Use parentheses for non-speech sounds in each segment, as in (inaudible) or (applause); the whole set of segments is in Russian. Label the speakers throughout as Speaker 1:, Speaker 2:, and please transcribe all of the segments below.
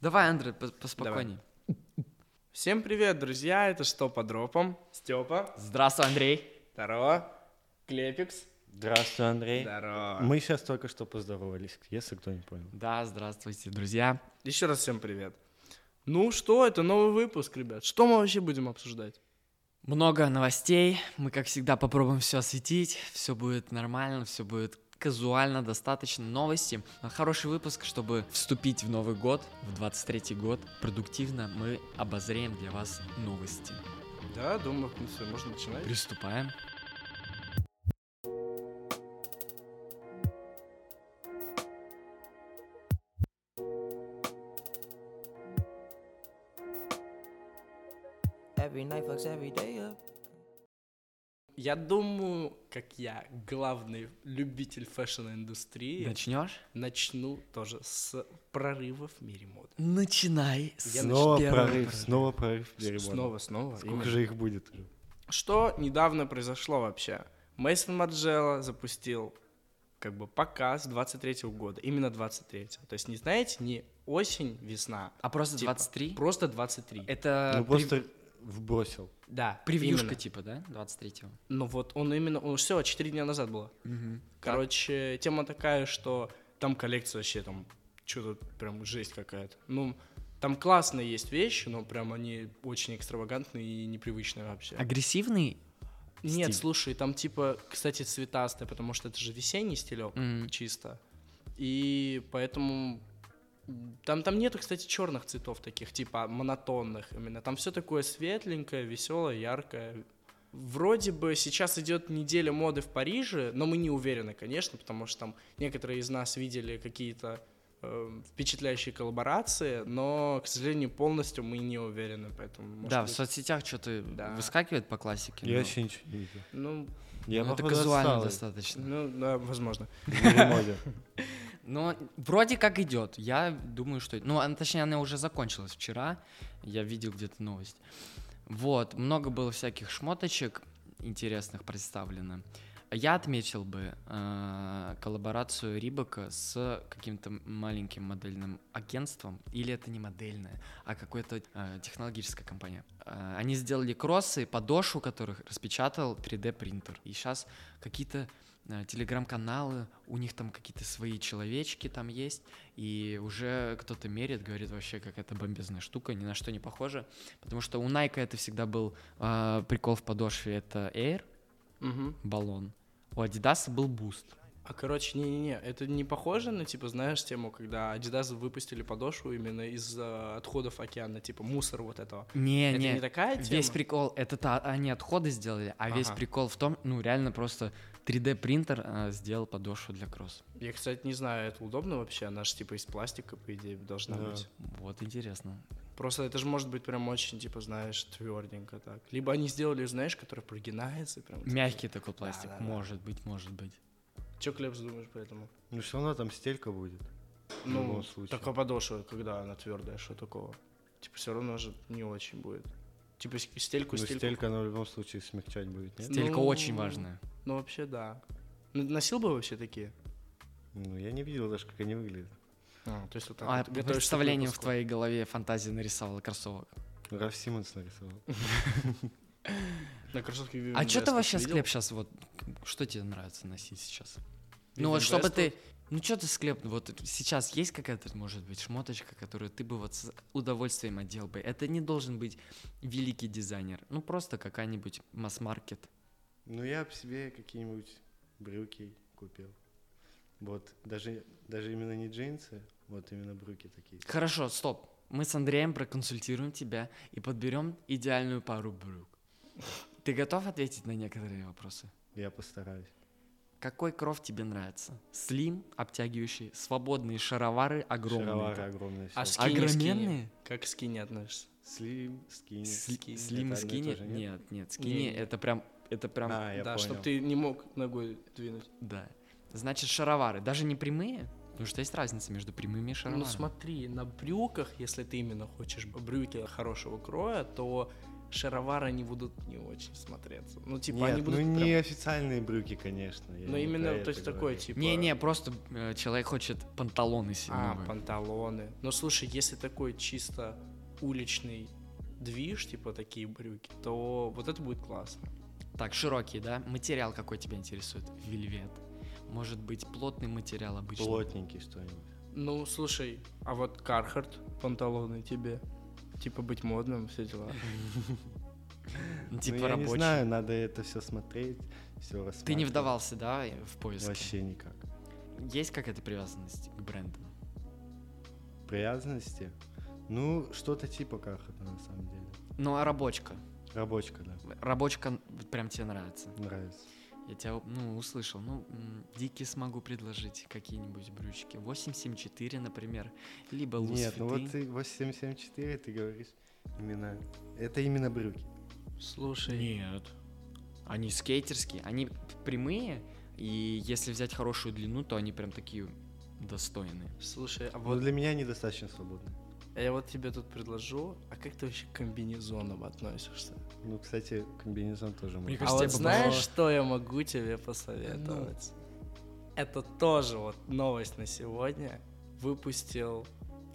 Speaker 1: Давай, Андре, пос- поспокойнее.
Speaker 2: Всем привет, друзья! Это что по дропам? Степа.
Speaker 3: Здравствуй, Андрей.
Speaker 2: Здорово. Клепикс.
Speaker 4: Здравствуй, Андрей.
Speaker 2: Здорово.
Speaker 4: Мы сейчас только что поздоровались, если кто не понял.
Speaker 3: Да, здравствуйте, друзья.
Speaker 2: Еще раз всем привет. Ну что, это новый выпуск, ребят. Что мы вообще будем обсуждать?
Speaker 3: Много новостей. Мы, как всегда, попробуем все осветить. Все будет нормально, все будет казуально, достаточно новости. А Хороший выпуск, чтобы вступить в Новый год, в 23-й год. Продуктивно мы обозреем для вас новости.
Speaker 2: Да, думаю, ну все, можно начинать.
Speaker 3: Приступаем.
Speaker 5: Every night fucks every day up.
Speaker 2: Я думаю, как я, главный любитель фэшн-индустрии,
Speaker 3: Начнешь?
Speaker 2: начну тоже с прорывов в мире моды.
Speaker 3: Начинай.
Speaker 2: Я
Speaker 4: снова
Speaker 2: начну
Speaker 4: прорыв,
Speaker 2: первым.
Speaker 4: снова прорыв. перебор.
Speaker 2: Снова, снова.
Speaker 4: Сколько
Speaker 2: именно.
Speaker 4: же их будет?
Speaker 2: Что недавно произошло вообще? Мейсон Марджелло запустил как бы показ 23 года, именно 23 То есть не знаете, не осень, весна,
Speaker 3: А просто
Speaker 2: типа,
Speaker 3: 23?
Speaker 2: просто 23.
Speaker 3: Это
Speaker 4: ну,
Speaker 3: прев-
Speaker 4: просто вбросил.
Speaker 2: Да,
Speaker 3: превьюшка
Speaker 2: именно.
Speaker 3: типа, да? 23-го.
Speaker 2: Ну вот он именно, он, все, 4 дня назад было. Короче, тема такая, что там коллекция вообще там, что-то прям жесть какая-то. Ну, там классные есть вещи, но прям они очень экстравагантные и непривычные вообще.
Speaker 3: Агрессивный?
Speaker 2: Нет,
Speaker 3: А стиль.
Speaker 2: слушай, там типа, кстати, цветастые, потому что это же весенний стилек
Speaker 3: Мгм.
Speaker 2: чисто. И поэтому м, там, там нету, кстати, черных цветов таких, типа монотонных именно. Там все такое светленькое, веселое, яркое. Вроде бы сейчас идет неделя моды в Париже, но мы не уверены, конечно, потому что там некоторые из нас видели какие-то э, впечатляющие коллаборации, но, к сожалению, полностью мы не уверены, поэтому. может
Speaker 3: да,
Speaker 2: быть,
Speaker 3: в соцсетях что-то
Speaker 2: Да.
Speaker 3: выскакивает по классике.
Speaker 4: Я
Speaker 3: но-
Speaker 4: вообще ничего не видел.
Speaker 2: ну,
Speaker 4: Я,
Speaker 3: Ну, это
Speaker 4: походу,
Speaker 3: казуально
Speaker 4: отстал
Speaker 3: достаточно.
Speaker 2: ну, да, возможно.
Speaker 4: в перемоде.
Speaker 3: Но вроде как идет. Я думаю, что... Ну, а, точнее, она уже закончилась вчера. Я видел где-то новость. Вот, много было всяких шмоточек интересных представлено. Я отметил бы э, коллаборацию Рибака с каким-то маленьким модельным агентством. Или это не модельное, а какая-то э, технологическая компания. Э, они сделали кроссы, подошву которых распечатал 3D-принтер. И сейчас какие-то э, телеграм-каналы, у них там какие-то свои человечки там есть, и уже кто-то мерит, говорит вообще какая-то бомбезная штука, ни на что не похоже, потому что у Nike это всегда был э, прикол в подошве, это Air,
Speaker 2: Мгм.
Speaker 3: баллон, у Adidas был Boost.
Speaker 2: А короче, не-не-не, это не похоже на, типа, знаешь, тему, когда Adidas выпустили подошву именно из э, отходов океана, типа мусор вот этого.
Speaker 3: Не,
Speaker 2: это
Speaker 3: не,
Speaker 2: не такая тема?
Speaker 3: весь прикол, это та- они отходы сделали, а весь
Speaker 2: Ага.
Speaker 3: прикол в том, ну реально просто 3D принтер э, сделал подошву для кросс.
Speaker 2: Я, кстати, не знаю, это удобно вообще, она же, типа, из пластика, по идее, должна
Speaker 4: Да.
Speaker 2: быть.
Speaker 3: Вот интересно.
Speaker 2: Просто это же может быть прям очень, типа, знаешь, тверденько так. Либо они сделали, знаешь, который прогинается, прям... типа.
Speaker 3: Мягкий такой пластик,
Speaker 2: да, да.
Speaker 3: может быть, может быть.
Speaker 2: Че, Клепс, думаешь по этому?
Speaker 4: Ну, все равно там стелька будет. В
Speaker 2: Ну,
Speaker 4: любом случае.
Speaker 2: такая подошва, когда она твердая, что такого? Типа, все равно же не очень будет. Типа, с- стельку,
Speaker 4: Ну,
Speaker 2: стельку.
Speaker 4: стелька, она в любом случае смягчать будет, нет?
Speaker 3: Стелька
Speaker 2: Ну,
Speaker 3: очень важная.
Speaker 2: Ну, вообще, да. Ну, Носил бы вообще такие?
Speaker 4: Ну, я не видел даже, как они выглядят.
Speaker 2: Ну, то есть вот так
Speaker 3: А
Speaker 2: вот готовишься к
Speaker 3: представление в
Speaker 2: выпуску.
Speaker 3: твоей голове фантазия нарисовала кроссовок.
Speaker 4: Раф Симмонс нарисовал.
Speaker 2: На кроссовке
Speaker 3: А
Speaker 2: Vivian
Speaker 3: что ты
Speaker 2: Westwood
Speaker 3: вообще
Speaker 2: видел?
Speaker 3: склеп сейчас вот? Что тебе нравится носить сейчас?
Speaker 2: Vivian
Speaker 3: Ну вот чтобы
Speaker 2: Westwood?
Speaker 3: ты. Ну что ты склеп, вот сейчас есть какая-то, может быть, шмоточка, которую ты бы вот с удовольствием одел бы. Это не должен быть великий дизайнер. Ну просто какая-нибудь масс-маркет.
Speaker 4: Ну, я б себе какие-нибудь брюки купил. Вот, даже, даже именно не джинсы, вот именно брюки такие.
Speaker 3: Хорошо, стоп. Мы с Андреем проконсультируем тебя и подберем идеальную пару брюк. Ты готов ответить на некоторые вопросы?
Speaker 4: Я постараюсь.
Speaker 3: Какой кров тебе нравится? Слим, обтягивающий, свободные шаровары, огромные.
Speaker 4: Шаровары огромные. всё.
Speaker 2: А скини,
Speaker 3: Огроменные?
Speaker 2: скини. Как к скини относишься?
Speaker 4: Слим, скини.
Speaker 3: Сли-
Speaker 2: Скини.
Speaker 3: Слим и
Speaker 4: Это одно и
Speaker 3: скини?
Speaker 4: то же, нет?
Speaker 3: Нет, нет, скини
Speaker 2: Не-не.
Speaker 3: это прям, это прям,
Speaker 4: А, я
Speaker 2: да,
Speaker 4: понял.
Speaker 2: чтобы ты не мог ногой двинуть.
Speaker 3: да. Значит, шаровары, даже не прямые, потому что есть разница между
Speaker 4: Ну,
Speaker 3: прямыми и шароварами.
Speaker 2: Ну смотри, на брюках, если ты именно хочешь брюки хорошего кроя, то шаровары, они будут не очень смотреться. Ну, типа,
Speaker 4: Нет,
Speaker 2: они будут
Speaker 4: ну
Speaker 2: прям-
Speaker 4: не официальные брюки, конечно. я
Speaker 2: Ну,
Speaker 4: не про
Speaker 2: именно,
Speaker 4: это
Speaker 2: то есть, такое,
Speaker 4: говорю.
Speaker 2: типа...
Speaker 3: Не-не, просто э, человек хочет панталоны себе
Speaker 2: А,
Speaker 3: новые.
Speaker 2: панталоны. Ну, слушай, если такой чисто уличный движ, типа, такие брюки, то вот это будет классно.
Speaker 3: Так, широкие, да? Материал какой тебя интересует? Вельвет. Может быть, плотный материал обычно.
Speaker 4: Плотненькие что-нибудь.
Speaker 2: Ну, слушай, а вот Кархарт, панталоны тебе, типа, быть модным, все дела.
Speaker 3: Ну,
Speaker 4: Ну,
Speaker 3: Типа
Speaker 4: я не
Speaker 3: рабочий.
Speaker 4: знаю, надо это все смотреть, все рассматривать.
Speaker 3: Ты не вдавался, да, в поиски?
Speaker 4: Вообще никак.
Speaker 3: Есть какая-то привязанность к бренду?
Speaker 4: Привязанности? Ну, что-то типа кахота, на самом деле.
Speaker 3: Ну, а рабочка?
Speaker 4: Рабочка, да,
Speaker 3: Рабочка вот прям тебе нравится.
Speaker 4: нравится.
Speaker 3: Я тебя, ну, услышал. Ну, м, Дики смогу предложить какие-нибудь брючки. 874, например. Либо луз
Speaker 4: Нет, ну вот
Speaker 3: фиты.
Speaker 4: ты 8774, ты говоришь именно... Это именно брюки.
Speaker 2: (laughs) Слушай,
Speaker 3: Нет. Они скейтерские, они п- прямые, и если взять хорошую длину, то они прям такие достойные.
Speaker 2: слушай, а
Speaker 4: Вот.
Speaker 2: вот
Speaker 4: Ну, для меня они достаточно свободны.
Speaker 2: а я вот тебе тут предложу, а как ты вообще к комбинезонам относишься?
Speaker 4: Ну, кстати, комбинезон тоже
Speaker 3: Мне
Speaker 4: может.
Speaker 2: А
Speaker 3: кажется,
Speaker 2: вот
Speaker 3: я бы
Speaker 2: знаешь,
Speaker 3: попробовал.
Speaker 2: что я могу тебе посоветовать?
Speaker 3: Ну.
Speaker 2: Это тоже вот новость на сегодня. Выпустил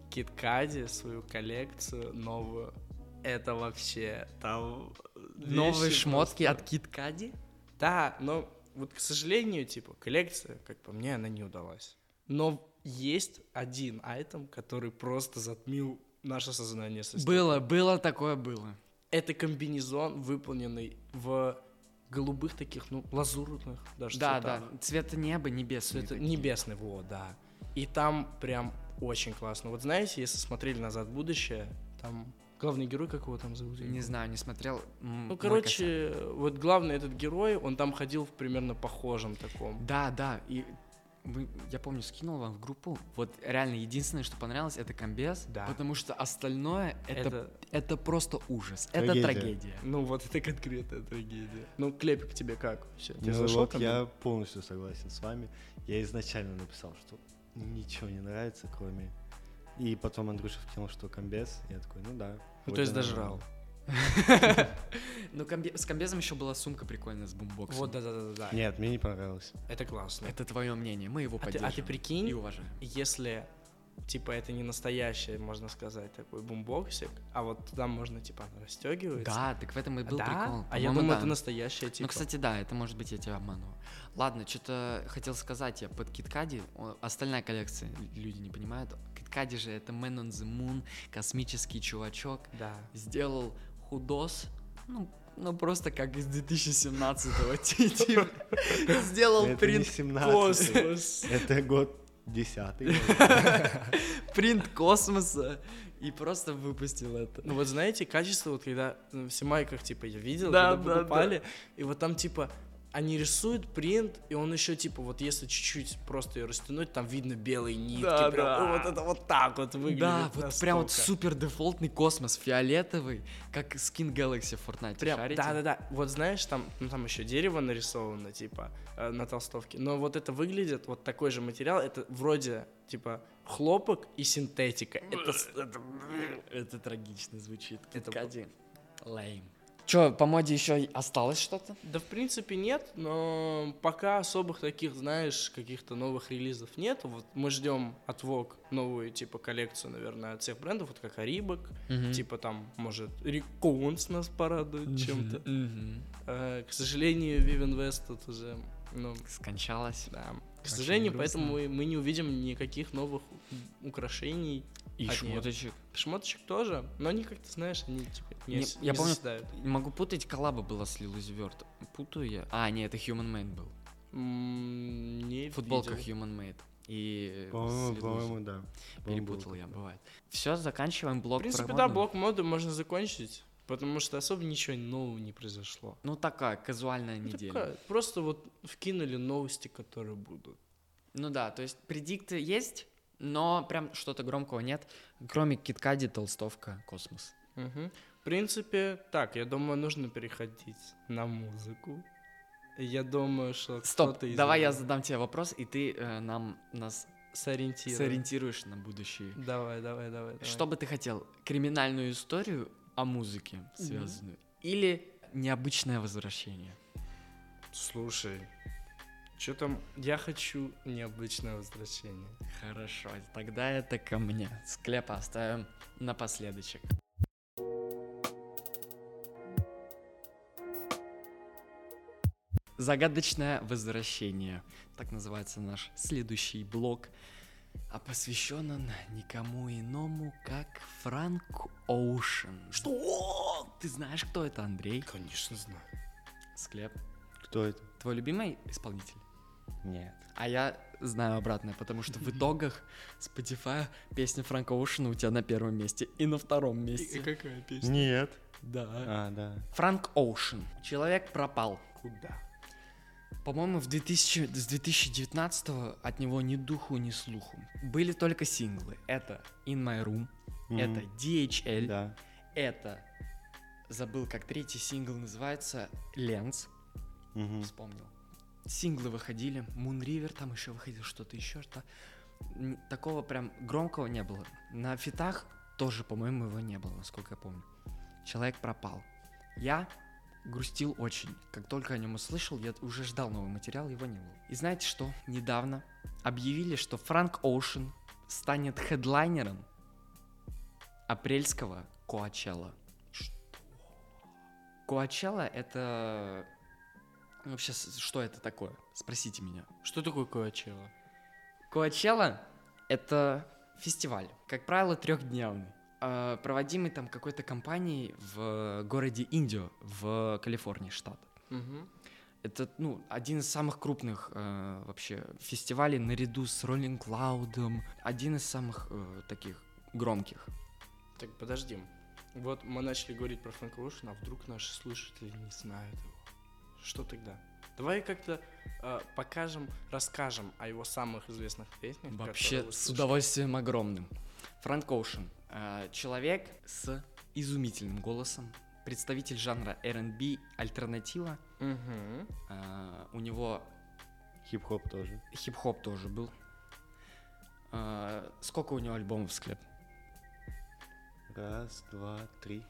Speaker 2: Киткади свою коллекцию новую. Это вообще там...
Speaker 3: Новые
Speaker 2: вещи
Speaker 3: шмотки
Speaker 2: просто-
Speaker 3: от Кит Кади?
Speaker 2: Да, но вот, к сожалению, типа, коллекция, как по мне, она не удалась. Но есть один айтем, который просто затмил наше сознание. со стен.
Speaker 3: Было, было, такое было.
Speaker 2: Это комбинезон, выполненный в голубых таких, ну, лазурных даже
Speaker 3: да,
Speaker 2: цветах.
Speaker 3: да, цвета неба, небесные.
Speaker 2: Это
Speaker 3: такие.
Speaker 2: небесный, вот, да. И там прям очень классно. Вот знаете, если смотрели назад в будущее, там главный герой какого там зовут? Я
Speaker 3: Не
Speaker 2: не
Speaker 3: знаю, не смотрел. М,
Speaker 2: Ну,
Speaker 3: мой косяк.
Speaker 2: короче, вот главный этот герой, он там ходил в примерно похожем таком.
Speaker 3: Да, да, и вы- я помню, скинул вам в группу. Вот реально единственное, что понравилось, это комбез,
Speaker 2: Да.
Speaker 3: потому что остальное это, это...
Speaker 2: Это,
Speaker 3: просто ужас, это
Speaker 4: Трагедия.
Speaker 3: трагедия.
Speaker 2: ну, вот это конкретная трагедия. Ну, Клепик, тебе как вообще? Тебе
Speaker 4: Ну
Speaker 2: зашел
Speaker 4: вот,
Speaker 2: комбин?
Speaker 4: я полностью согласен с вами. Я изначально написал, что ничего не нравится, кроме... И потом Андрюша вкинул, что комбез. Я такой, ну да.
Speaker 2: Ну,
Speaker 4: вроде
Speaker 2: то есть
Speaker 4: нормально.
Speaker 2: дожрал.
Speaker 3: Ну, комбе- с комбезом еще была сумка прикольная с бумбоксом.
Speaker 2: Вот, да-да-да-да.
Speaker 4: Нет, мне не понравилось.
Speaker 2: Это классно.
Speaker 3: Это твое мнение, мы его
Speaker 2: А ты- а ты
Speaker 3: поддерживаем.
Speaker 2: прикинь?
Speaker 3: И уважаем.
Speaker 2: если типа это не настоящий, можно сказать, такой бумбоксик, а вот туда можно типа она расстегивается.
Speaker 3: Да, так в этом и был
Speaker 2: Да?
Speaker 3: прикол.
Speaker 2: А я
Speaker 3: По-моему,
Speaker 2: думал,
Speaker 3: да.
Speaker 2: это настоящая типа.
Speaker 3: Ну, кстати, да, это может быть я тебя обманываю. Ладно, что-то хотел сказать я под Киткади. о, Остальная коллекция лю- люди не понимают. Киткади же это Man on the Moon, космический чувачок.
Speaker 2: Да.
Speaker 3: Сделал худос, ну, ну просто как из 2017-го. ти- (laughs) типа. Сделал
Speaker 4: Это не
Speaker 3: принт
Speaker 4: 17 Это год десятый.
Speaker 3: принт космоса и просто выпустил это.
Speaker 2: Ну вот знаете, качество, вот когда ну, в Симайках, типа, я видел,
Speaker 3: Да, да,
Speaker 2: когда покупали, и вот там, типа, они рисуют принт, и он еще, типа, вот если чуть-чуть просто ее растянуть, там видно белые нитки,
Speaker 3: Да,
Speaker 2: прям,
Speaker 3: да.
Speaker 2: «О, вот это вот так вот выглядит.
Speaker 3: Да, вот прям вот
Speaker 2: настолько».
Speaker 3: супер дефолтный космос, фиолетовый, как скин Galaxy в Fortnite.
Speaker 2: Прям,
Speaker 3: шарите?
Speaker 2: да, да, да. Вот знаешь, там, ну, там еще дерево нарисовано, типа, э, на толстовке. Но вот это выглядит, вот такой же материал, это вроде, типа, хлопок и синтетика. Это, с- это-
Speaker 3: Это трагично звучит.
Speaker 2: Это
Speaker 3: Кади. Лейм. Че, по моде еще осталось что-то?
Speaker 2: Да, в принципе, нет, но пока особых таких, знаешь, каких-то новых релизов нет. Вот мы ждем от Vogue новую, типа, коллекцию, наверное, от всех брендов, вот как Арибок, типа, там, может, Риконс нас порадует чем-то. Э, к сожалению, Vivian West тут уже, ну,
Speaker 3: Скончалась.
Speaker 2: Да. К
Speaker 3: Очень
Speaker 2: сожалению,
Speaker 3: грустно.
Speaker 2: поэтому мы, мы не увидим никаких новых у- украшений.
Speaker 3: И
Speaker 2: От
Speaker 3: шмоточек.
Speaker 2: Шмоточек тоже, но они как-то, знаешь, они типа не,
Speaker 3: Не,
Speaker 2: ос-
Speaker 3: я
Speaker 2: не
Speaker 3: помню-
Speaker 2: заседают.
Speaker 3: Могу путать, коллаба была с Лилу Зверт. Путаю я. А, нет, это Human Made был.
Speaker 2: М, Не
Speaker 3: Футболка
Speaker 2: видел.
Speaker 3: Human Made. И с
Speaker 4: По-моему,
Speaker 3: Lil
Speaker 4: по-моему, да.
Speaker 3: Uzi.
Speaker 4: По-моему,
Speaker 3: перепутал
Speaker 4: было
Speaker 3: я,
Speaker 4: такое.
Speaker 3: бывает. Все, заканчиваем
Speaker 2: В
Speaker 3: блок.
Speaker 2: принципе,
Speaker 3: про
Speaker 2: да,
Speaker 3: моду.
Speaker 2: блок моды можно закончить, потому что особо ничего нового не произошло.
Speaker 3: Ну такая казуальная
Speaker 2: Ну,
Speaker 3: неделя.
Speaker 2: такая, просто вот вкинули новости, которые будут.
Speaker 3: Ну да, то есть предикты есть, но прям что-то громкого нет. Кроме Киткади, толстовка, космос.
Speaker 2: Мгм. В принципе, так, я думаю, нужно переходить на музыку. Я думаю, что
Speaker 3: Стоп,
Speaker 2: кто-то из
Speaker 3: давай я
Speaker 2: нас
Speaker 3: задам тебе вопрос, и ты э, нам нас
Speaker 2: сориентирует.
Speaker 3: сориентируешь на будущее.
Speaker 2: Давай, давай, давай. давай.
Speaker 3: Что бы ты хотел? Криминальную историю о музыке связанную? Или необычное возвращение.
Speaker 2: Слушай, что там? Я хочу необычное возвращение.
Speaker 3: Хорошо, тогда это ко мне. Склепа оставим напоследочек. Загадочное возвращение. Так называется наш следующий блок. А посвящен он никому иному, как Франк Оушен. Что? Ты знаешь, кто это, Андрей?
Speaker 2: Конечно знаю.
Speaker 3: Склеп.
Speaker 4: Кто это?
Speaker 3: Твой любимый исполнитель?
Speaker 4: Нет.
Speaker 3: А я знаю обратное, потому что в итогах Spotify песня Франка Оушена у тебя на первом месте и на втором месте.
Speaker 2: какая песня?
Speaker 4: Нет.
Speaker 3: Да.
Speaker 4: А, да.
Speaker 3: Франк Оушен. Человек пропал.
Speaker 2: Куда?
Speaker 3: По-моему, в 2000, с 2019 от него ни духу, ни слуху. Были только синглы. Это In My Room,
Speaker 4: Мгм.
Speaker 3: это DHL,
Speaker 4: Да.
Speaker 3: это... Забыл, как третий сингл называется, Ленс.
Speaker 4: Мгм.
Speaker 3: Вспомнил. Синглы выходили, Moon River там еще выходил, что-то еще, что Н- Такого прям громкого не было. На фитах тоже, по-моему, его не было, насколько я помню. Человек пропал. Я грустил очень. Как только о нем услышал, я уже ждал новый материал, его не было. И знаете что? Недавно объявили, что Франк Оушен станет хедлайнером апрельского Коачелла. Что? Коачелла — это ну, Вообще, с- что это такое? Спросите меня.
Speaker 2: Что такое Коачева?
Speaker 3: Коачелла — это фестиваль, как правило, трехдневный, э, проводимый там какой-то компанией в городе Индио в Калифорнии, штат.
Speaker 2: Угу.
Speaker 3: Это, ну, один из самых крупных э, вообще фестивалей наряду с Rolling Cloud, один из самых э, таких громких.
Speaker 2: Так, подожди. Вот мы начали говорить про Фрэнка Оушена, а вдруг наши слушатели не знают его. Что тогда? Давай как-то э, покажем, расскажем о его самых известных песнях. которые
Speaker 3: Вообще,
Speaker 2: вы
Speaker 3: с
Speaker 2: слышали.
Speaker 3: удовольствием огромным. Франк Оушен. э, Человек с изумительным голосом, представитель жанра R&B, альтернатива.
Speaker 2: Мгм.
Speaker 3: Э, У него
Speaker 4: Хип-хоп тоже.
Speaker 3: хип-хоп тоже был. Э, Сколько у него альбомов склеп?
Speaker 4: Раз, два, три.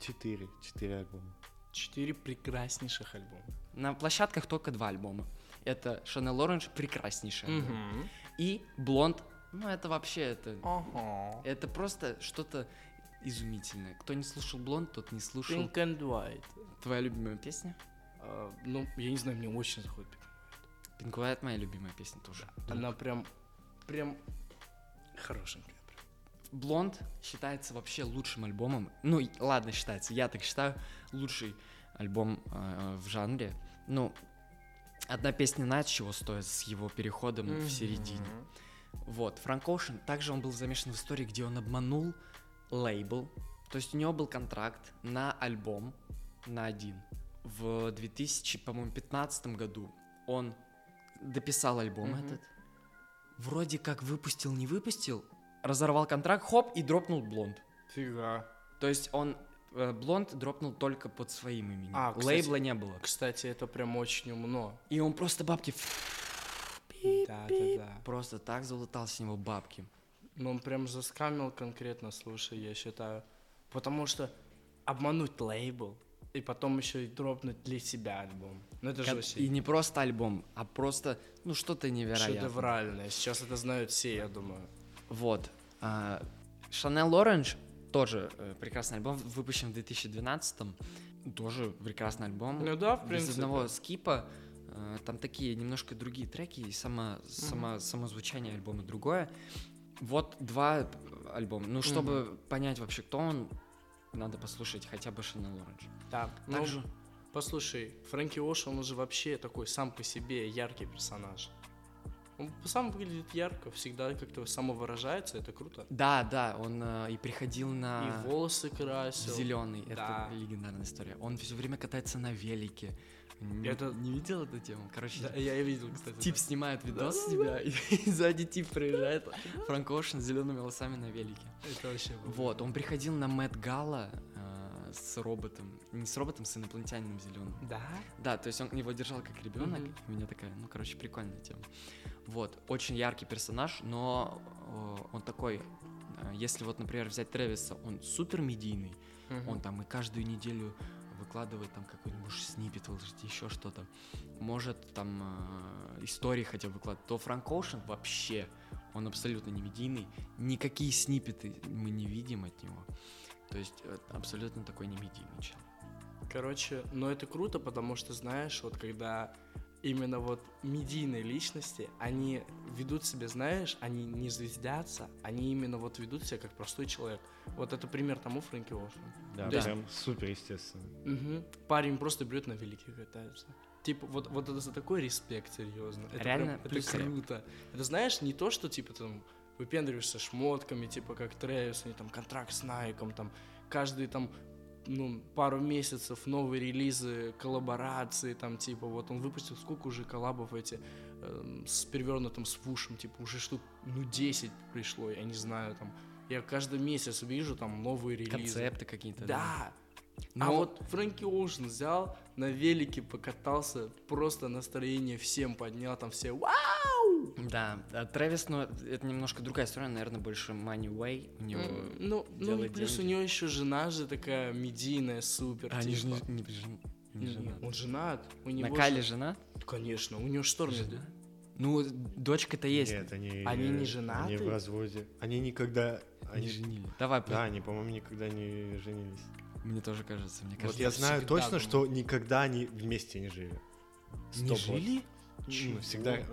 Speaker 4: Четыре. Четыре альбома.
Speaker 2: Четыре прекраснейших альбома.
Speaker 3: На площадках только два альбома. Это Chanel Orange, прекраснейший альбом,
Speaker 2: Мгм.
Speaker 3: и Blonde. Ну, это вообще, это,
Speaker 2: Ага.
Speaker 3: это просто что-то изумительное. Кто не слушал Blonde, тот не слушал.
Speaker 2: Pink and White.
Speaker 3: Твоя любимая песня?
Speaker 2: А, ну, я не знаю, мне очень заходит. Pink
Speaker 3: Pink White моя любимая песня тоже.
Speaker 2: and White. Она прям, прям хорошенькая. прям.
Speaker 3: Блонд считается вообще лучшим альбомом. Ну, и- ладно, считается, я так считаю, лучший альбом э, в жанре. Ну, одна песня Найт чего стоит с его переходом в середине.
Speaker 2: Мгм.
Speaker 3: Вот, Франк Оушен, также он был замешан в истории, где он обманул лейбл. То есть у него был контракт на альбом, на один. В 2015 году он дописал альбом
Speaker 2: Мгм.
Speaker 3: этот. Вроде как выпустил, не выпустил, разорвал контракт, хоп, и дропнул блонд.
Speaker 2: Фига.
Speaker 3: То есть он э, блонд дропнул только под своим именем.
Speaker 2: А, кстати-
Speaker 3: Лейбла не было.
Speaker 2: Кстати, это прям очень умно.
Speaker 3: И он просто бабки...
Speaker 2: Да, да, да.
Speaker 3: Просто так залутал с него бабки.
Speaker 2: Ну, он прям заскамил конкретно, слушай, я считаю. Потому что обмануть лейбл и потом еще и дропнуть для себя альбом. Ну, это же
Speaker 3: Кон- И
Speaker 2: вообще
Speaker 3: не просто альбом, а просто, ну, что-то невероятное.
Speaker 2: шедевральное. Сейчас это знают все, я думаю.
Speaker 3: Вот. Шанел Оранж тоже э, прекрасный альбом, выпущен в 2012-м. Тоже прекрасный альбом.
Speaker 2: Ну да, в
Speaker 3: Без
Speaker 2: принципе.
Speaker 3: одного скипа. э, Там такие немножко другие треки, и сама, сама, само звучание альбома другое. Вот два э, альбома. Ну, чтобы понять вообще, кто он, надо послушать хотя бы Шанел Оранж.
Speaker 2: Да, ну,
Speaker 3: Также
Speaker 2: послушай, Фрэнки Ош, он уже вообще такой сам по себе яркий персонаж. Он сам выглядит ярко, всегда как-то самовыражается, это круто.
Speaker 3: Да, да, он э, и приходил на...
Speaker 2: И волосы красил.
Speaker 3: Зеленый,
Speaker 2: Да.
Speaker 3: это легендарная история. Он все время катается на велике. Не,
Speaker 2: Это-
Speaker 3: не видел эту тему? Короче,
Speaker 2: Да, я и видел, кстати.
Speaker 3: тип снимает видос с тебя, и, (laughs) и сзади тип проезжает. Франк Оушен с зелеными волосами на велике.
Speaker 2: да. Это вообще было.
Speaker 3: Вот, он приходил на Мэтт Гала э, с роботом. Не с роботом, с инопланетянином зеленым.
Speaker 2: Да?
Speaker 3: Да, то есть он его держал как ребенок.
Speaker 2: Мгм.
Speaker 3: У меня такая, ну, короче, прикольная тема. Вот, очень яркий персонаж, но э, он такой, э, если вот, например, взять Трэвиса, он супер медийный,
Speaker 2: Мгм.
Speaker 3: он там и каждую неделю выкладывать там какой-нибудь снипет, выложить еще что-то. Может там э, истории хотя бы выкладывать. То Франк Оушен вообще, он абсолютно не медийный. Никакие снипеты мы не видим от него. То есть э, абсолютно такой не медийный чел.
Speaker 2: Короче, но это круто, потому что, знаешь, вот когда именно вот медийные личности, они ведут себя, знаешь, они не звездятся, они именно вот ведут себя как простой человек. Вот это пример тому Фрэнки Оушена.
Speaker 4: Да,
Speaker 2: Да.
Speaker 4: прям супер естественно.
Speaker 2: Мгм. Парень просто берет на великих катается. Типа, вот, вот это за такой респект, серьезно. Это
Speaker 3: Реально,
Speaker 2: прям-
Speaker 3: плюс
Speaker 2: это
Speaker 3: рэп.
Speaker 2: круто. Это знаешь, не то, что типа там выпендриваешься шмотками, типа как Трэвис, у них там контракт с Найком, там каждый там ну, пару месяцев новые релизы, коллаборации, там, типа, вот он выпустил сколько уже коллабов эти эм, с перевернутым свушем, типа, уже штук, ну, 10 пришло, я не знаю, там, я каждый месяц вижу там новые релизы.
Speaker 3: Концепты какие-то. Ну,
Speaker 2: Да,
Speaker 3: Но
Speaker 2: а вот Фрэнки Оушен взял, на велике покатался, просто настроение всем поднял, там все «Ва!»
Speaker 3: Да, а Трэвис, но это немножко другая сторона, наверное, больше Money Way у него.
Speaker 2: М, Ну, ну и
Speaker 3: делает
Speaker 2: плюс у
Speaker 3: деньги.
Speaker 2: нее еще жена же такая медийная, супер,
Speaker 3: А, они же
Speaker 2: типа.
Speaker 3: не, не прижим- не
Speaker 2: Не,
Speaker 3: женаты.
Speaker 2: Он женат. У
Speaker 3: На
Speaker 2: него
Speaker 3: Кайле
Speaker 2: же-
Speaker 3: жена?
Speaker 2: Конечно, у него шторм.
Speaker 3: Жена? Ну, дочка-то есть.
Speaker 4: Нет, они...
Speaker 2: Они не
Speaker 4: Они
Speaker 2: женаты?
Speaker 4: в разводе. Они никогда...
Speaker 3: не
Speaker 4: Они...
Speaker 3: женили. Давай,
Speaker 4: А Да, они, по-моему, никогда не женились.
Speaker 3: мне тоже кажется, мне
Speaker 4: Вот
Speaker 3: кажется.
Speaker 4: я знаю
Speaker 2: всегда
Speaker 4: точно,
Speaker 2: думал.
Speaker 4: что никогда они вместе не жили.
Speaker 3: Не
Speaker 4: Сто
Speaker 3: жили?
Speaker 4: процентов.
Speaker 2: Чего?
Speaker 4: Ну, всегда э,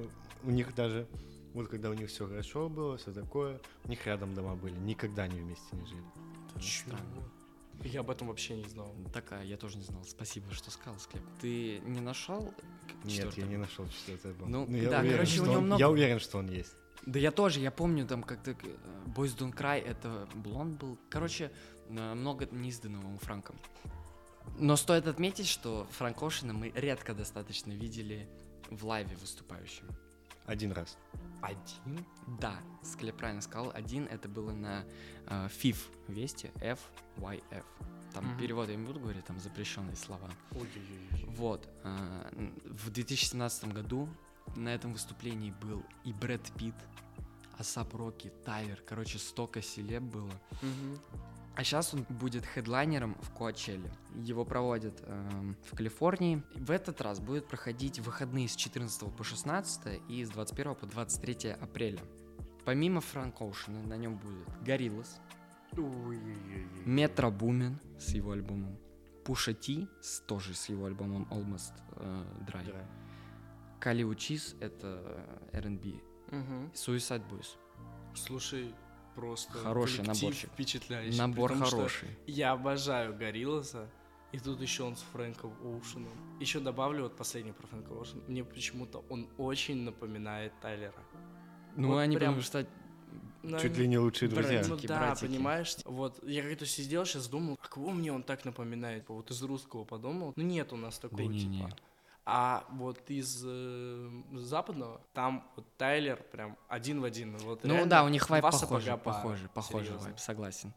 Speaker 4: у них даже, вот когда у них все хорошо было, все такое, у них рядом дома были, никогда они вместе не жили.
Speaker 3: Это
Speaker 2: Чего?
Speaker 3: странно.
Speaker 2: Я об этом вообще не знал.
Speaker 3: Такая, я тоже не знал. Спасибо, что сказал, Склеп. Ты не нашел к-
Speaker 4: Нет, я
Speaker 3: четвертого?
Speaker 4: не нашел четвертый альбом.
Speaker 3: Ну,
Speaker 4: Но я
Speaker 3: да,
Speaker 4: уверен,
Speaker 3: короче, у
Speaker 4: что
Speaker 3: него
Speaker 4: он-
Speaker 3: много-
Speaker 4: Я уверен, что он есть.
Speaker 3: Да я тоже, я помню там как-то э, Boys Don't Cry, это Блонд был. Короче, э, много неизданного у Франка. Но стоит отметить, что Франк Оушена мы редко достаточно видели в лайве выступающим.
Speaker 4: Один раз.
Speaker 2: Один?
Speaker 3: Да, Склеп правильно сказал, один это было на э, FIF вести, F-Y-F. Там
Speaker 2: Мгм.
Speaker 3: переводы я не буду говорить, там запрещенные слова.
Speaker 2: Ой-ой-ой.
Speaker 3: Вот, э, н- в 2017 году на этом выступлении был и Брэд Питт, Асап Роки, Тайлер, короче, столько селеб было.
Speaker 2: Мгм.
Speaker 3: А сейчас он будет хедлайнером в Коачелле. Его проводят эм, в Калифорнии. В этот раз будет проходить выходные с 14 по 16 и с 21 по 23 апреля. Помимо Франк Оушена на нем будет Гориллас,
Speaker 2: Ой-ой-ой.
Speaker 3: Метро Бумин с его альбомом, Пуша Ти с- тоже с его альбомом Almost э, Dry,
Speaker 4: Да.
Speaker 3: Кали Учис это э, R&B,
Speaker 2: Мгм.
Speaker 3: Suicide Boys.
Speaker 2: Слушай, просто
Speaker 3: Хороший
Speaker 2: коллектив
Speaker 3: наборчик.
Speaker 2: впечатляющий.
Speaker 3: Набор
Speaker 2: А при том, что
Speaker 3: хороший.
Speaker 2: Я обожаю Гориллаза. И тут еще он с Фрэнком Оушеном. Еще добавлю вот последний про Фрэнка Оушена. Мне почему-то он очень напоминает Тайлера.
Speaker 3: Ну,
Speaker 2: вот
Speaker 3: они
Speaker 2: прям
Speaker 3: потому что
Speaker 2: Ну,
Speaker 4: Чуть
Speaker 2: они-
Speaker 4: ли не лучшие друзья.
Speaker 2: Ну
Speaker 3: Братики,
Speaker 2: да,
Speaker 3: братики.
Speaker 2: понимаешь? Вот я как-то сидел, сейчас думал, а кого мне он так напоминает? Вот из русского подумал. Ну нет у нас такого
Speaker 3: не,
Speaker 2: типа.
Speaker 3: не.
Speaker 2: А вот из э, западного, там вот Тайлер прям один в один. Вот
Speaker 3: Ну
Speaker 2: реально
Speaker 3: да, у них
Speaker 2: два
Speaker 3: вайп
Speaker 2: сапога
Speaker 3: похожий,
Speaker 2: пара.
Speaker 3: похожий, похожий
Speaker 2: Серьезно.
Speaker 3: вайп, согласен.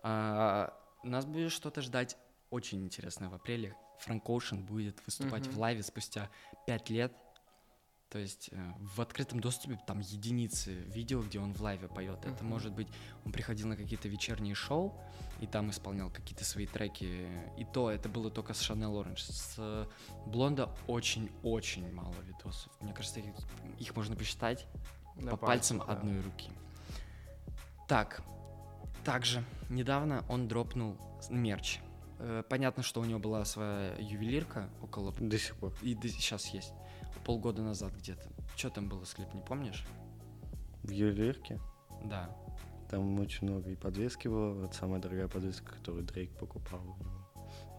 Speaker 3: А, нас будет что-то ждать очень интересное в апреле. Франк Оушен будет выступать в
Speaker 2: Мгм.
Speaker 3: лайве спустя пять лет. То есть э, в открытом доступе там единицы видео, где он в лайве поет. Это
Speaker 2: Мгм.
Speaker 3: может быть, он приходил на какие-то вечерние шоу и там исполнял какие-то свои треки. И то это было только с Шанел Оранж. С э, Блонда очень-очень мало видосов. Мне кажется, их, их можно посчитать
Speaker 2: На
Speaker 3: по пальцам
Speaker 2: пальцах, да.
Speaker 3: одной руки. Так, также недавно он дропнул с- мерч. Э, Понятно, что у него была своя ювелирка около...
Speaker 4: До сих пор.
Speaker 3: И сейчас есть. Полгода назад где-то. Что там было, склеп, не помнишь?
Speaker 4: В ювелирке
Speaker 3: Да.
Speaker 4: там очень много и подвески было. Вот самая дорогая подвеска, которую Дрейк покупал у него.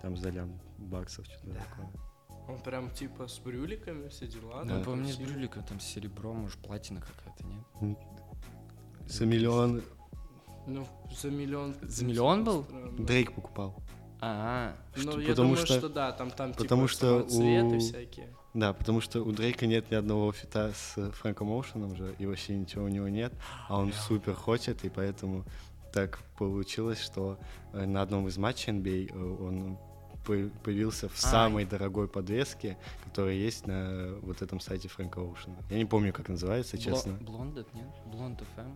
Speaker 4: Там за лям баксов что-то
Speaker 2: Да.
Speaker 4: такое.
Speaker 2: Он прям типа с брюликами все дела.
Speaker 3: Ну,
Speaker 4: да,
Speaker 3: по мне с
Speaker 2: красиво.
Speaker 3: брюликом, там с серебром, может, платина какая-то, нет?
Speaker 4: За миллион
Speaker 2: Ну, за миллион. в
Speaker 3: За
Speaker 2: принципе,
Speaker 3: миллион был?
Speaker 2: странно.
Speaker 4: Дрейк покупал.
Speaker 3: А,
Speaker 2: Ну,
Speaker 4: Что-
Speaker 2: я
Speaker 4: потому
Speaker 2: думаю,
Speaker 4: что-
Speaker 2: что... да, там, там
Speaker 4: потому
Speaker 2: типа
Speaker 4: что
Speaker 2: самоцветы
Speaker 4: у-
Speaker 2: всякие. А
Speaker 4: Да, потому что у Дрейка нет ни одного фита с э, Фрэнком Оушеном же, и вообще ничего у него нет, а он супер хочет, и поэтому так получилось, что э, на одном из матчей NBA э, он по- появился в самой дорогой подвеске, которая есть на э, вот этом сайте Фрэнка Оушена. Я не помню, как называется,
Speaker 3: Бло-
Speaker 4: честно.
Speaker 3: Блонд это, нет? Блонд FM?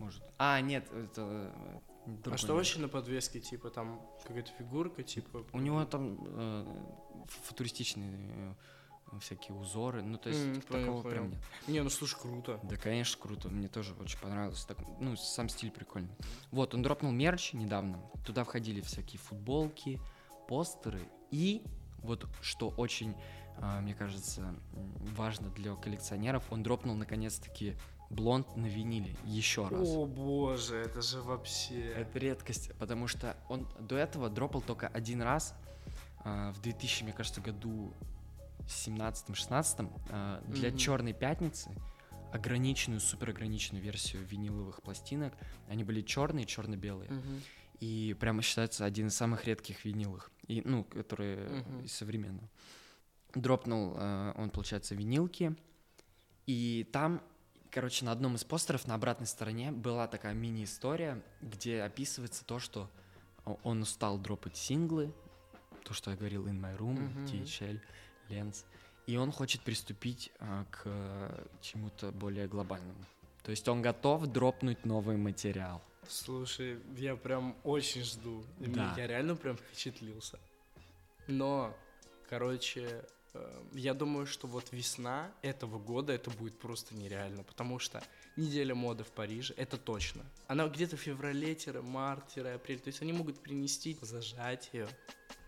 Speaker 3: Может. А, нет, это э, Другой
Speaker 2: А что
Speaker 3: нет.
Speaker 2: вообще на подвеске, типа, там какая-то фигурка, типа...
Speaker 3: У него там э, футуристичные э, всякие узоры, ну то есть
Speaker 2: М, понял,
Speaker 3: такого прям
Speaker 2: понял.
Speaker 3: нет.
Speaker 2: Не, ну слушай, круто.
Speaker 3: Да, конечно, круто, мне тоже очень понравилось. Так, ну, сам стиль прикольный. Вот, он дропнул мерч недавно, туда входили всякие футболки, постеры и вот что очень, а, мне кажется, м, важно для коллекционеров, он дропнул наконец-таки блонд на виниле еще раз.
Speaker 2: О боже, это же вообще...
Speaker 3: Это редкость, потому что он до этого дропал только один раз а, в 2000, мне кажется, году 17-16 а, для
Speaker 2: Мгм.
Speaker 3: Черной пятницы ограниченную, суперограниченную версию виниловых пластинок. Они были черные, черно-белые.
Speaker 2: Мгм.
Speaker 3: И прямо считается один из самых редких виниловых, и, ну, которые э,
Speaker 2: Мгм.
Speaker 3: из современного. Дропнул э, он, получается, винилки, и там, короче, на одном из постеров на обратной стороне была такая мини-история, где описывается то, что о- он устал дропать синглы, то, что я говорил, In My Room,
Speaker 2: Мгм.
Speaker 3: THL, Lens, и он хочет приступить а, к э, чему-то более глобальному. То есть он готов дропнуть новый материал.
Speaker 2: Слушай, я прям очень жду. И мне-
Speaker 3: Да.
Speaker 2: Я реально прям впечатлился. Но, короче, э, я думаю, что вот весна этого года это будет просто нереально, потому что неделя моды в Париже, это точно. Она где-то в феврале, тире, март, тире, апрель. То есть они могут принести зажатие.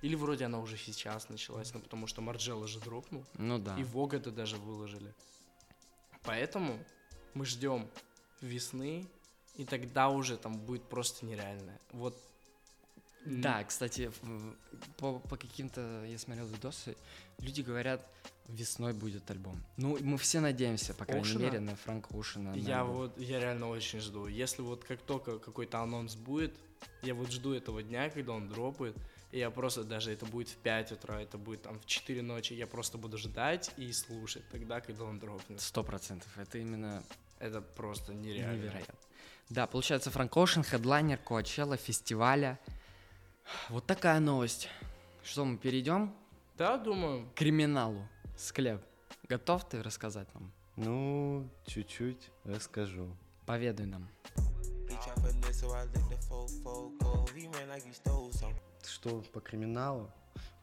Speaker 2: Или вроде она уже сейчас началась, ну потому что Марджелла же дропнул.
Speaker 3: Ну да.
Speaker 2: И Вог это даже выложили. Поэтому мы ждем весны, и тогда уже там будет просто нереально. Вот. м,
Speaker 3: Да, кстати, в- по, по каким-то, я смотрел видосы, люди говорят, весной будет альбом. Ну, мы все надеемся, по крайней
Speaker 2: Оушена?
Speaker 3: мере, на Франка Ушина. на
Speaker 2: Я
Speaker 3: альбом.
Speaker 2: вот, я реально очень жду. Если вот как только какой-то анонс будет, я вот жду этого дня, когда он дропает, и я просто даже, это будет в 5 утра, это будет там в 4 ночи, я просто буду ждать и слушать тогда, когда он дропнет.
Speaker 3: Сто процентов. Это именно
Speaker 2: Это просто нереально.
Speaker 3: невероятно. Да, получается, Франк Оушен, хедлайнер Коачелла, фестиваля. Вот такая новость. Что, мы перейдем
Speaker 2: Да, думаю.
Speaker 3: к криминалу? Склеп, готов ты рассказать нам?
Speaker 4: Ну, чуть-чуть расскажу.
Speaker 3: Поведай нам.
Speaker 5: Bitch, I finesse, so I let the fo fo go. He ran like he stole some.
Speaker 4: Что по криминалу?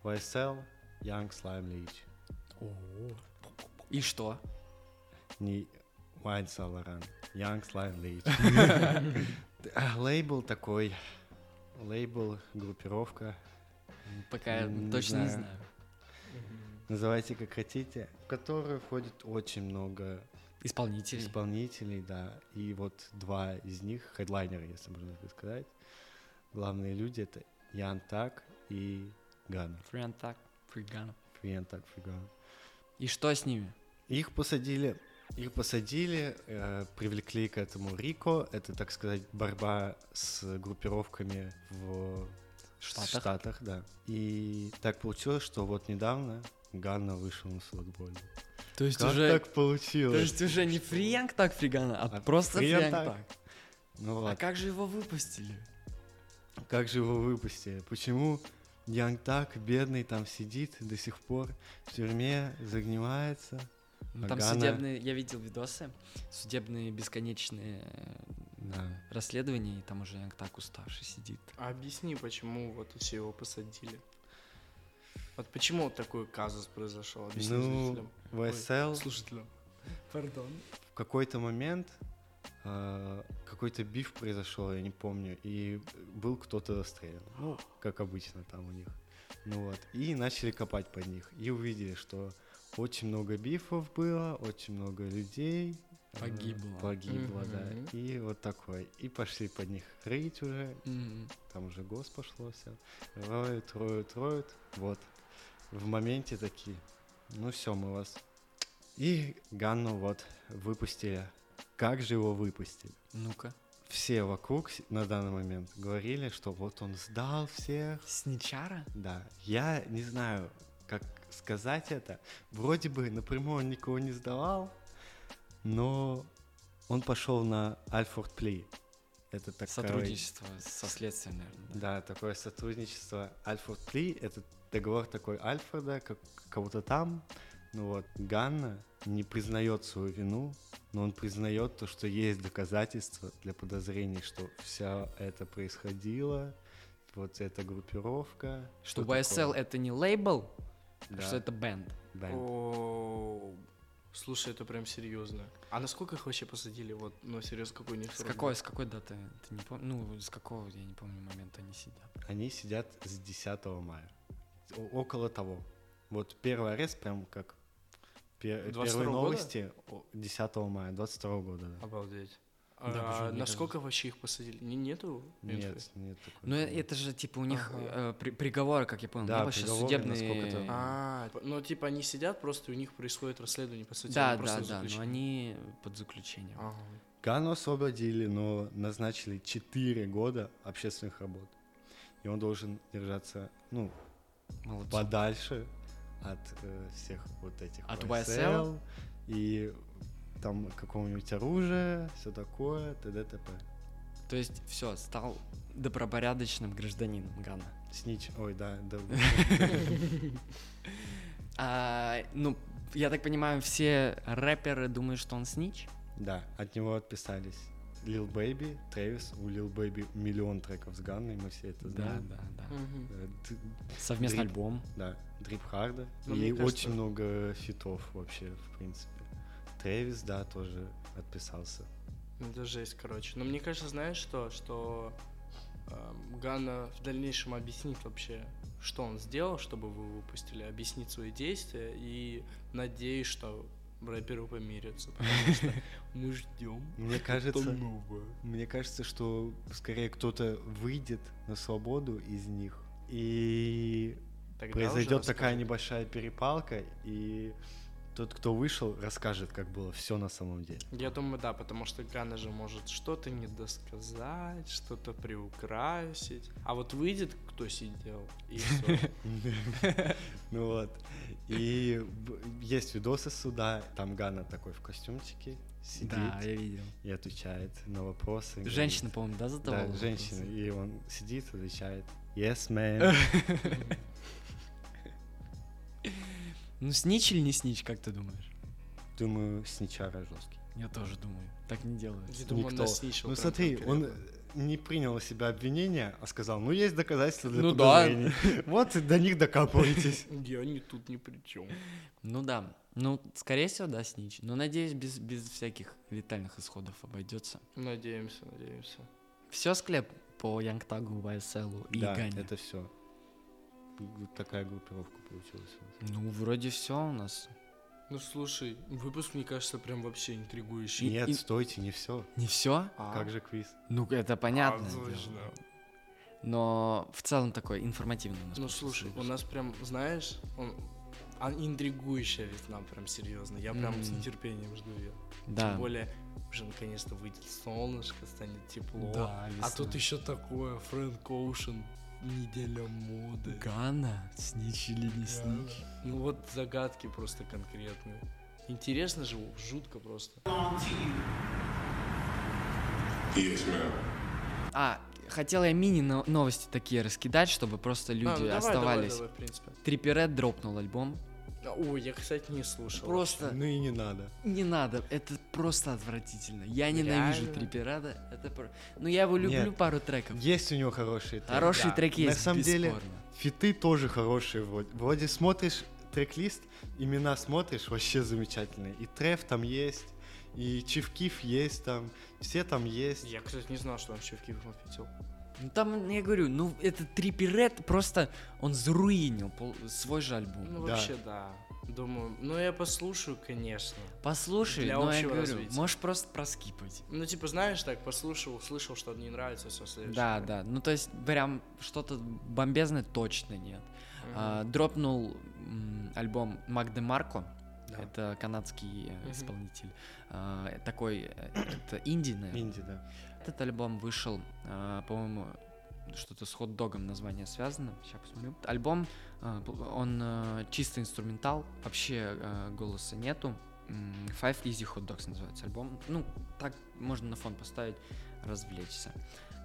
Speaker 4: YSL, Young Slime Leach.
Speaker 3: И что?
Speaker 4: Не Wine Saint Laurent, Young Slime Leach. А, (laughs) Лейбл такой, лейбл, группировка,
Speaker 3: Пока я
Speaker 4: Не
Speaker 3: точно не
Speaker 4: знаю.
Speaker 3: знаю.
Speaker 4: называйте как хотите, в которую входит очень много
Speaker 3: Исполнитель.
Speaker 4: исполнителей, да, и вот два из них, хедлайнеры, если можно так сказать, главные люди это Ян Так и Гана,
Speaker 3: Френ так, Фриган.
Speaker 4: Ян Так Фриган.
Speaker 3: И что с ними?
Speaker 4: Их посадили, их посадили, э, привлекли к этому Рико. Это, так сказать, борьба с группировками в
Speaker 3: Штатах.
Speaker 4: да. И так получилось, что вот недавно Ганна вышел на свободу.
Speaker 3: То есть
Speaker 4: Как
Speaker 3: уже,
Speaker 4: так получилось?
Speaker 3: то есть уже не Фриянг так фригана, а, просто
Speaker 4: Фриан
Speaker 3: Фриянг
Speaker 4: так.
Speaker 3: так.
Speaker 4: Ну
Speaker 3: А
Speaker 4: вот,
Speaker 3: как же его выпустили?
Speaker 4: как же его выпустили? Почему Янг Так, бедный, там сидит до сих пор в тюрьме, загнивается?
Speaker 3: Ну,
Speaker 4: А
Speaker 3: Там
Speaker 4: Гана-
Speaker 3: судебные, я видел видосы, судебные бесконечные э,
Speaker 4: Да.
Speaker 3: расследования, и там уже Янг так уставший сидит.
Speaker 2: А объясни, почему вот все его посадили? Вот почему вот такой казус произошел? Объясни
Speaker 4: Ну,
Speaker 2: зрителям.
Speaker 4: ВСЛ...
Speaker 2: Слушателям. Пардон.
Speaker 4: в какой-то момент э, какой-то биф произошел, я не помню, и был кто-то застрелен, ну, как обычно там у них. Ну вот, и начали копать под них, и увидели, что очень много бифов было, очень много людей. э,
Speaker 3: Погибло.
Speaker 4: Погибло,
Speaker 2: Мгм.
Speaker 4: да. И вот такое. И пошли под них рыть уже,
Speaker 2: М.
Speaker 4: там уже гос пошло все. Роют, роют, роют. Вот. В моменте такие. Ну все, мы вас. И Ганну вот выпустили. Как же его выпустили?
Speaker 3: Ну-ка.
Speaker 4: Все вокруг с- на данный момент говорили, что вот он сдал всех.
Speaker 3: Сничара?
Speaker 4: Да, я не знаю, как сказать это. Вроде бы напрямую он никого не сдавал, но он пошел на Альфорд Плей. Это такая
Speaker 3: Сотрудничество со следствием, наверное.
Speaker 4: да, такое сотрудничество Альфорд Пли, это договор такой Альфреда, как кого-то там, Ну вот, Ганна не признает свою вину, но он признает то, что есть доказательства для подозрений, что вся это происходило, вот эта группировка.
Speaker 3: Что
Speaker 4: всё
Speaker 3: YSL
Speaker 4: такое.
Speaker 3: это не лейбл,
Speaker 4: Да,
Speaker 3: что это бенд.
Speaker 4: да.
Speaker 2: О, Слушай, это прям серьезно. А насколько их вообще посадили? Вот, ну, серьезно, какой у них
Speaker 3: С
Speaker 2: срок был?
Speaker 3: какой, с какой даты? Ты не пом- Ну, с какого, я не помню, момента они сидят.
Speaker 4: Они сидят с 10 мая. О- около того. Вот первый арест прям как пе-
Speaker 2: 22
Speaker 4: первые
Speaker 2: года?
Speaker 4: новости о- 10 мая 22 года. да.
Speaker 2: Обалдеть.
Speaker 3: Да,
Speaker 2: А
Speaker 3: почему мне
Speaker 2: насколько вообще их посадили? Не- нету? инфы?
Speaker 4: Нет, нет такой.
Speaker 3: Ну, э, это же, типа, у них
Speaker 2: Ага.
Speaker 3: э, при- приговоры, как я понял,
Speaker 4: Да,
Speaker 3: не вообще
Speaker 4: приговоры, насколько
Speaker 3: судебные...
Speaker 4: это-
Speaker 2: А, ну, типа, они сидят просто, и у них происходит расследование, по сути.
Speaker 3: да,
Speaker 2: они просто А.
Speaker 3: да,
Speaker 2: на
Speaker 3: да, но
Speaker 2: заключении.
Speaker 3: они под заключением.
Speaker 2: Ага.
Speaker 4: Гану освободили, но назначили 4 года общественных работ. И он должен держаться, ну,
Speaker 3: Молодцы.
Speaker 4: подальше от э, всех вот этих
Speaker 3: От
Speaker 4: YSL, и там какого-нибудь оружия, все такое, т.д. т.п.
Speaker 3: То есть, все, стал добропорядочным гражданином Гана.
Speaker 4: Снич, ой, да,
Speaker 3: (laughs)
Speaker 4: да.
Speaker 3: А, ну, я так понимаю, все рэперы думают, что он снич?
Speaker 4: Да, от него отписались. Лил Бэйби, Трэвис, у Лил Бэйби миллион треков с Ганной, мы все это знаем.
Speaker 3: да, да.
Speaker 2: Мгм.
Speaker 4: Э, д-
Speaker 2: Хм.
Speaker 3: Совместный
Speaker 4: Дрип.
Speaker 3: альбом.
Speaker 4: Да, Дрип Харда.
Speaker 2: Ну, мне
Speaker 4: и
Speaker 2: кажется-
Speaker 4: очень много фитов вообще, в принципе. Трэвис, да, тоже отписался.
Speaker 2: Ну, Это жесть, короче. Но мне кажется, знаешь что? Что эм, Ганна в дальнейшем объяснит вообще, что он сделал, чтобы вы его выпустили, объяснит свои действия и надеюсь, что рэперы помирятся, потому
Speaker 4: (laughs)
Speaker 2: что мы ждем.
Speaker 4: Мне кажется,
Speaker 2: новое.
Speaker 4: мне кажется, что скорее кто-то выйдет на свободу из них. И
Speaker 2: Тогда
Speaker 4: произойдет
Speaker 2: уже
Speaker 4: такая
Speaker 2: расскажет.
Speaker 4: небольшая перепалка, и тот, кто вышел, расскажет, как было все на самом деле. (laughs)
Speaker 2: Я думаю, да, потому что Ганна же может что-то недосказать, что-то приукрасить. А вот выйдет, кто сидел, и
Speaker 4: (laughs)
Speaker 2: все.
Speaker 4: Ну вот. И б- есть видосы с суда, там Гана такой в костюмчике сидит
Speaker 3: Да, я видел.
Speaker 4: и отвечает на вопросы. говорит.
Speaker 3: Женщина, по-моему, да, задавала?
Speaker 4: Да,
Speaker 3: вопрос?
Speaker 4: женщина. И он сидит, отвечает. Yes,
Speaker 3: Э.
Speaker 4: man.
Speaker 3: (laughs) Ну, снич или не снич, как ты думаешь?
Speaker 4: Думаю, сничара жесткий.
Speaker 3: Я тоже думаю. Так не делают.
Speaker 2: Я думаю, он
Speaker 4: Никто.
Speaker 2: насничал
Speaker 4: Ну
Speaker 2: прям
Speaker 4: смотри, он
Speaker 2: конкретно.
Speaker 4: не принял на себя обвинения, а сказал, ну есть доказательства для
Speaker 3: Ну да.
Speaker 4: подозрений. Вот и до
Speaker 3: (laughs)
Speaker 4: них докапывайтесь.
Speaker 2: Я не тут ни при чем.
Speaker 3: Ну да. Ну, скорее всего, да, снич. Но надеюсь, без, без всяких летальных исходов обойдется.
Speaker 2: Надеемся, надеемся.
Speaker 3: Все склеп по Янгтагу, YSL и
Speaker 4: Да,
Speaker 3: Гане?
Speaker 4: это все. Такая группировка получилась. у нас.
Speaker 3: Ну, вроде все у нас.
Speaker 2: Ну слушай, выпуск, мне кажется, прям вообще интригующий.
Speaker 4: Нет,
Speaker 3: и-
Speaker 4: стойте, не все.
Speaker 3: Не все?
Speaker 2: А?
Speaker 4: Как же квиз?
Speaker 3: Ну, это понятно.
Speaker 2: Отлично.
Speaker 3: Но в целом такой информативный у нас.
Speaker 2: Ну
Speaker 3: получился
Speaker 2: слушай, у
Speaker 3: выпуск.
Speaker 2: нас прям, знаешь, он... а, интригующая Вьетнам, прям серьезно. Я прям с
Speaker 3: М.
Speaker 2: нетерпением жду ее.
Speaker 3: Да.
Speaker 2: Тем более, уже наконец-то выйдет солнышко, станет тепло.
Speaker 3: Да,
Speaker 2: А
Speaker 3: весна.
Speaker 2: тут еще такое, Фрэнк Оушен, неделя моды.
Speaker 3: Гана, снич или не снич?
Speaker 2: Ну вот загадки просто конкретные. Интересно же, жутко просто.
Speaker 3: А, хотела я мини-новости такие раскидать, чтобы просто люди
Speaker 2: А, ну давай, давай,
Speaker 3: оставались.
Speaker 2: давай, в принципе.
Speaker 3: Триперет дропнул альбом.
Speaker 2: А, Ой, я, кстати, не слушал.
Speaker 3: Просто
Speaker 4: Ну и не надо.
Speaker 3: не надо, это просто отвратительно. Я ненавижу
Speaker 2: Реально?
Speaker 3: Триперада. Это про- Ну я его люблю
Speaker 4: Нет.
Speaker 3: пару треков.
Speaker 4: Есть у него хорошие треки.
Speaker 3: Хорошие
Speaker 2: Да.
Speaker 3: треки
Speaker 4: На
Speaker 3: есть.
Speaker 4: самом деле,
Speaker 3: бесспорно.
Speaker 4: Фиты тоже хорошие вроде. Вроде смотришь трек-лист, имена смотришь, вообще замечательные. И Треф там есть, и Чивкиф есть там, все там есть.
Speaker 2: Я, кстати, не знал, что он вообще в Киев ответил.
Speaker 3: Ну там, я говорю, ну этот Триперет просто он заруинил пол- свой же альбом.
Speaker 2: Ну,
Speaker 4: Да.
Speaker 2: вообще, да. Думаю, ну я послушаю, конечно.
Speaker 3: Послушай,
Speaker 2: для
Speaker 3: но я
Speaker 2: общего
Speaker 3: говорю,
Speaker 2: развития.
Speaker 3: можешь просто проскипать.
Speaker 2: Ну, типа, знаешь, так, послушал, услышал, что не нравится, все следующее.
Speaker 3: Да, да. Ну, то есть, прям что-то бомбезное точно нет.
Speaker 2: Мгм.
Speaker 3: А, дропнул м, альбом Мак де Марко.
Speaker 2: Да.
Speaker 3: Это канадский э,
Speaker 2: Мгм.
Speaker 3: исполнитель. А, э, такой, э, это инди, наверное.
Speaker 4: Инди, да.
Speaker 3: Этот альбом вышел, а, по-моему, что-то с хот-догом название связано. Сейчас посмотрю. Альбом, а, п- он а, чисто инструментал, вообще а, голоса нету. М, Five Easy Hot Dogs называется альбом. Ну, так можно на фон поставить, развлечься.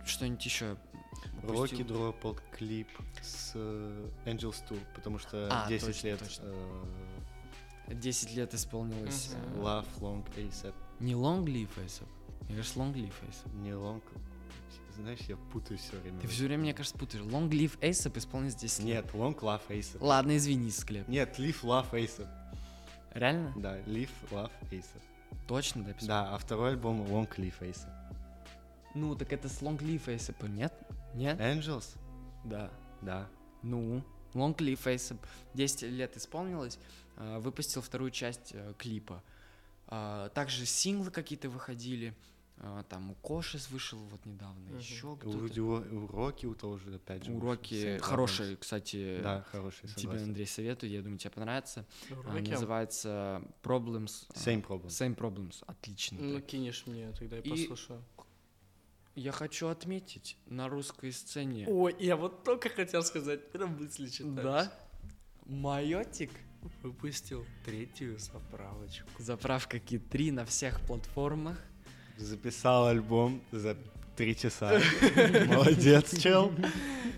Speaker 3: Что-нибудь еще?
Speaker 4: Рокки дропал клип с э, Angels Tour, потому что
Speaker 3: А,
Speaker 4: 10
Speaker 3: точно,
Speaker 4: лет
Speaker 3: точно.
Speaker 4: э,
Speaker 3: 10 лет исполнилось. э,
Speaker 4: Love Long ASAP.
Speaker 3: Не Long Live ASAP. Мне кажется, Long Live ASAP.
Speaker 4: Не Long... Знаешь, я путаю все время.
Speaker 3: Ты все время, мне кажется, путаешь. Long Live ASAP исполнилось 10 лет.
Speaker 4: Нет, Long Love ASAP.
Speaker 3: Ладно, извини, склеп.
Speaker 4: Нет, Live Love ASAP.
Speaker 3: Реально?
Speaker 4: Да, Live Love ASAP.
Speaker 3: Точно дописал?
Speaker 4: Да, а второй альбом Long Live ASAP.
Speaker 3: Ну, так это с Long Live ASAP, нет? Нет?
Speaker 4: Angels?
Speaker 3: Да.
Speaker 4: Да.
Speaker 3: Ну, Long Live ASAP. 10 лет исполнилось, э, выпустил вторую часть э, клипа. А, Также синглы какие-то выходили. а, Там у Кошис вышел вот недавно,
Speaker 2: Мгм.
Speaker 3: еще
Speaker 4: У Руди
Speaker 3: кто-то.
Speaker 4: Уо- у Уроки тоже, опять же.
Speaker 3: Уроки
Speaker 4: вышел.
Speaker 3: хорошие, кстати.
Speaker 4: Да, хорошие,
Speaker 3: Тебе,
Speaker 4: согласен.
Speaker 3: Андрей, советую, я думаю, тебе понравится.
Speaker 2: Ну,
Speaker 3: А,
Speaker 2: Рокки,
Speaker 3: Называется Problems. а,
Speaker 4: Same problem.
Speaker 3: Same Problems. Отлично.
Speaker 2: Ну, кинешь мне тогда, я
Speaker 3: И-
Speaker 2: послушаю.
Speaker 3: Я хочу отметить, на русской сцене
Speaker 2: Ой, я вот только хотел сказать, прям мысли читаешь.
Speaker 3: Да? Майотик?
Speaker 2: Выпустил третью заправочку.
Speaker 3: Заправка Ки-3 на всех платформах.
Speaker 4: Записал альбом за три часа. Молодец, чел.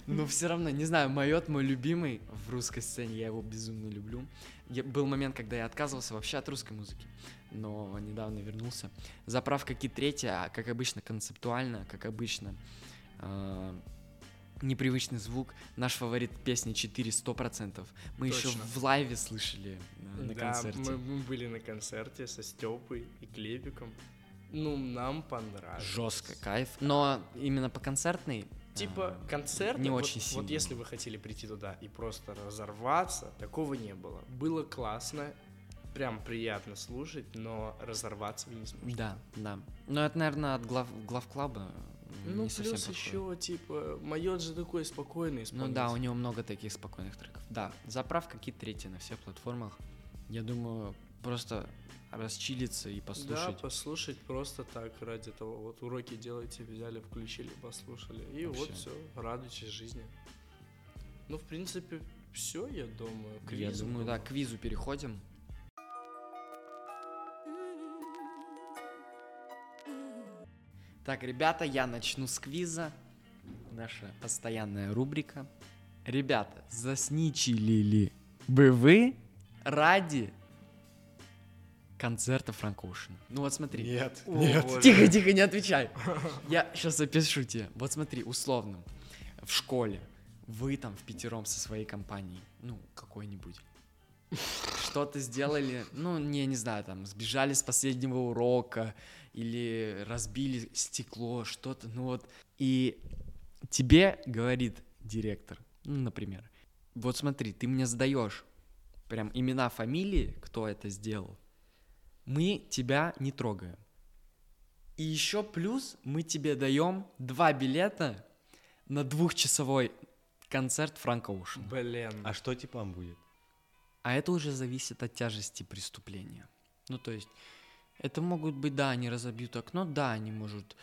Speaker 3: Но все равно, не знаю, Майот мой любимый в русской сцене, я его безумно люблю. Я- был момент, когда я отказывался вообще от русской музыки, но недавно вернулся. Заправка Ки-3, а, как обычно, концептуально, как обычно, э, непривычный звук. Наш фаворит песни 4 100%. Мы еще
Speaker 2: Точно.
Speaker 3: в лайве слышали э, на
Speaker 2: да,
Speaker 3: концерте.
Speaker 2: Мы, мы были на концерте со Степой и Клепиком. Ну, нам понравилось.
Speaker 3: Жестко, кайф. Но именно по концертной...
Speaker 2: Типа
Speaker 3: а,
Speaker 2: концерт,
Speaker 3: Не
Speaker 2: вот,
Speaker 3: очень сильно.
Speaker 2: вот если вы хотели прийти туда и просто разорваться, такого не было. Было классно, прям приятно слушать, но разорваться вы не сможете.
Speaker 3: Да, да. Но это, наверное, от глав, главклаба м,
Speaker 2: Ну,
Speaker 3: не совсем
Speaker 2: плюс
Speaker 3: подходит.
Speaker 2: еще, типа, Майот же такой спокойный
Speaker 3: Ну да, у
Speaker 2: исполнитель.
Speaker 3: него много таких спокойных треков. Да, заправка какие-то третьи на всех платформах. Я думаю, просто расчилиться и послушать.
Speaker 2: Да, послушать просто так ради того. Вот уроки делаете, взяли, включили, послушали. И
Speaker 3: Вообще.
Speaker 2: вот все, радуйтесь жизни. Ну, в принципе, все, я думаю. к
Speaker 3: Я
Speaker 2: визу,
Speaker 3: думаю, да, к визу переходим. Так, ребята, я начну с квиза. Наша постоянная рубрика. Ребята, засничили ли бы вы ради концерта Франка Оушена? Ну вот смотри.
Speaker 4: Нет,
Speaker 2: О, боже.
Speaker 3: Тихо, тихо, не отвечай. Я сейчас запишу тебе. Вот смотри, условно, в школе вы там в пятером со своей компанией, ну, какой-нибудь, что-то сделали, ну, не, не знаю, там, сбежали с последнего урока или разбили стекло, что-то, ну вот. И тебе говорит директор, ну, например, вот смотри, ты мне задаешь прям имена, фамилии, кто это сделал, мы тебя не трогаем. И еще плюс мы тебе даем два билета на двухчасовой концерт Франка Оушена.
Speaker 2: Блин.
Speaker 4: А что типам будет?
Speaker 3: А это уже зависит от тяжести преступления. Ну, то есть, это могут быть, да, они разобьют окно, да, они могут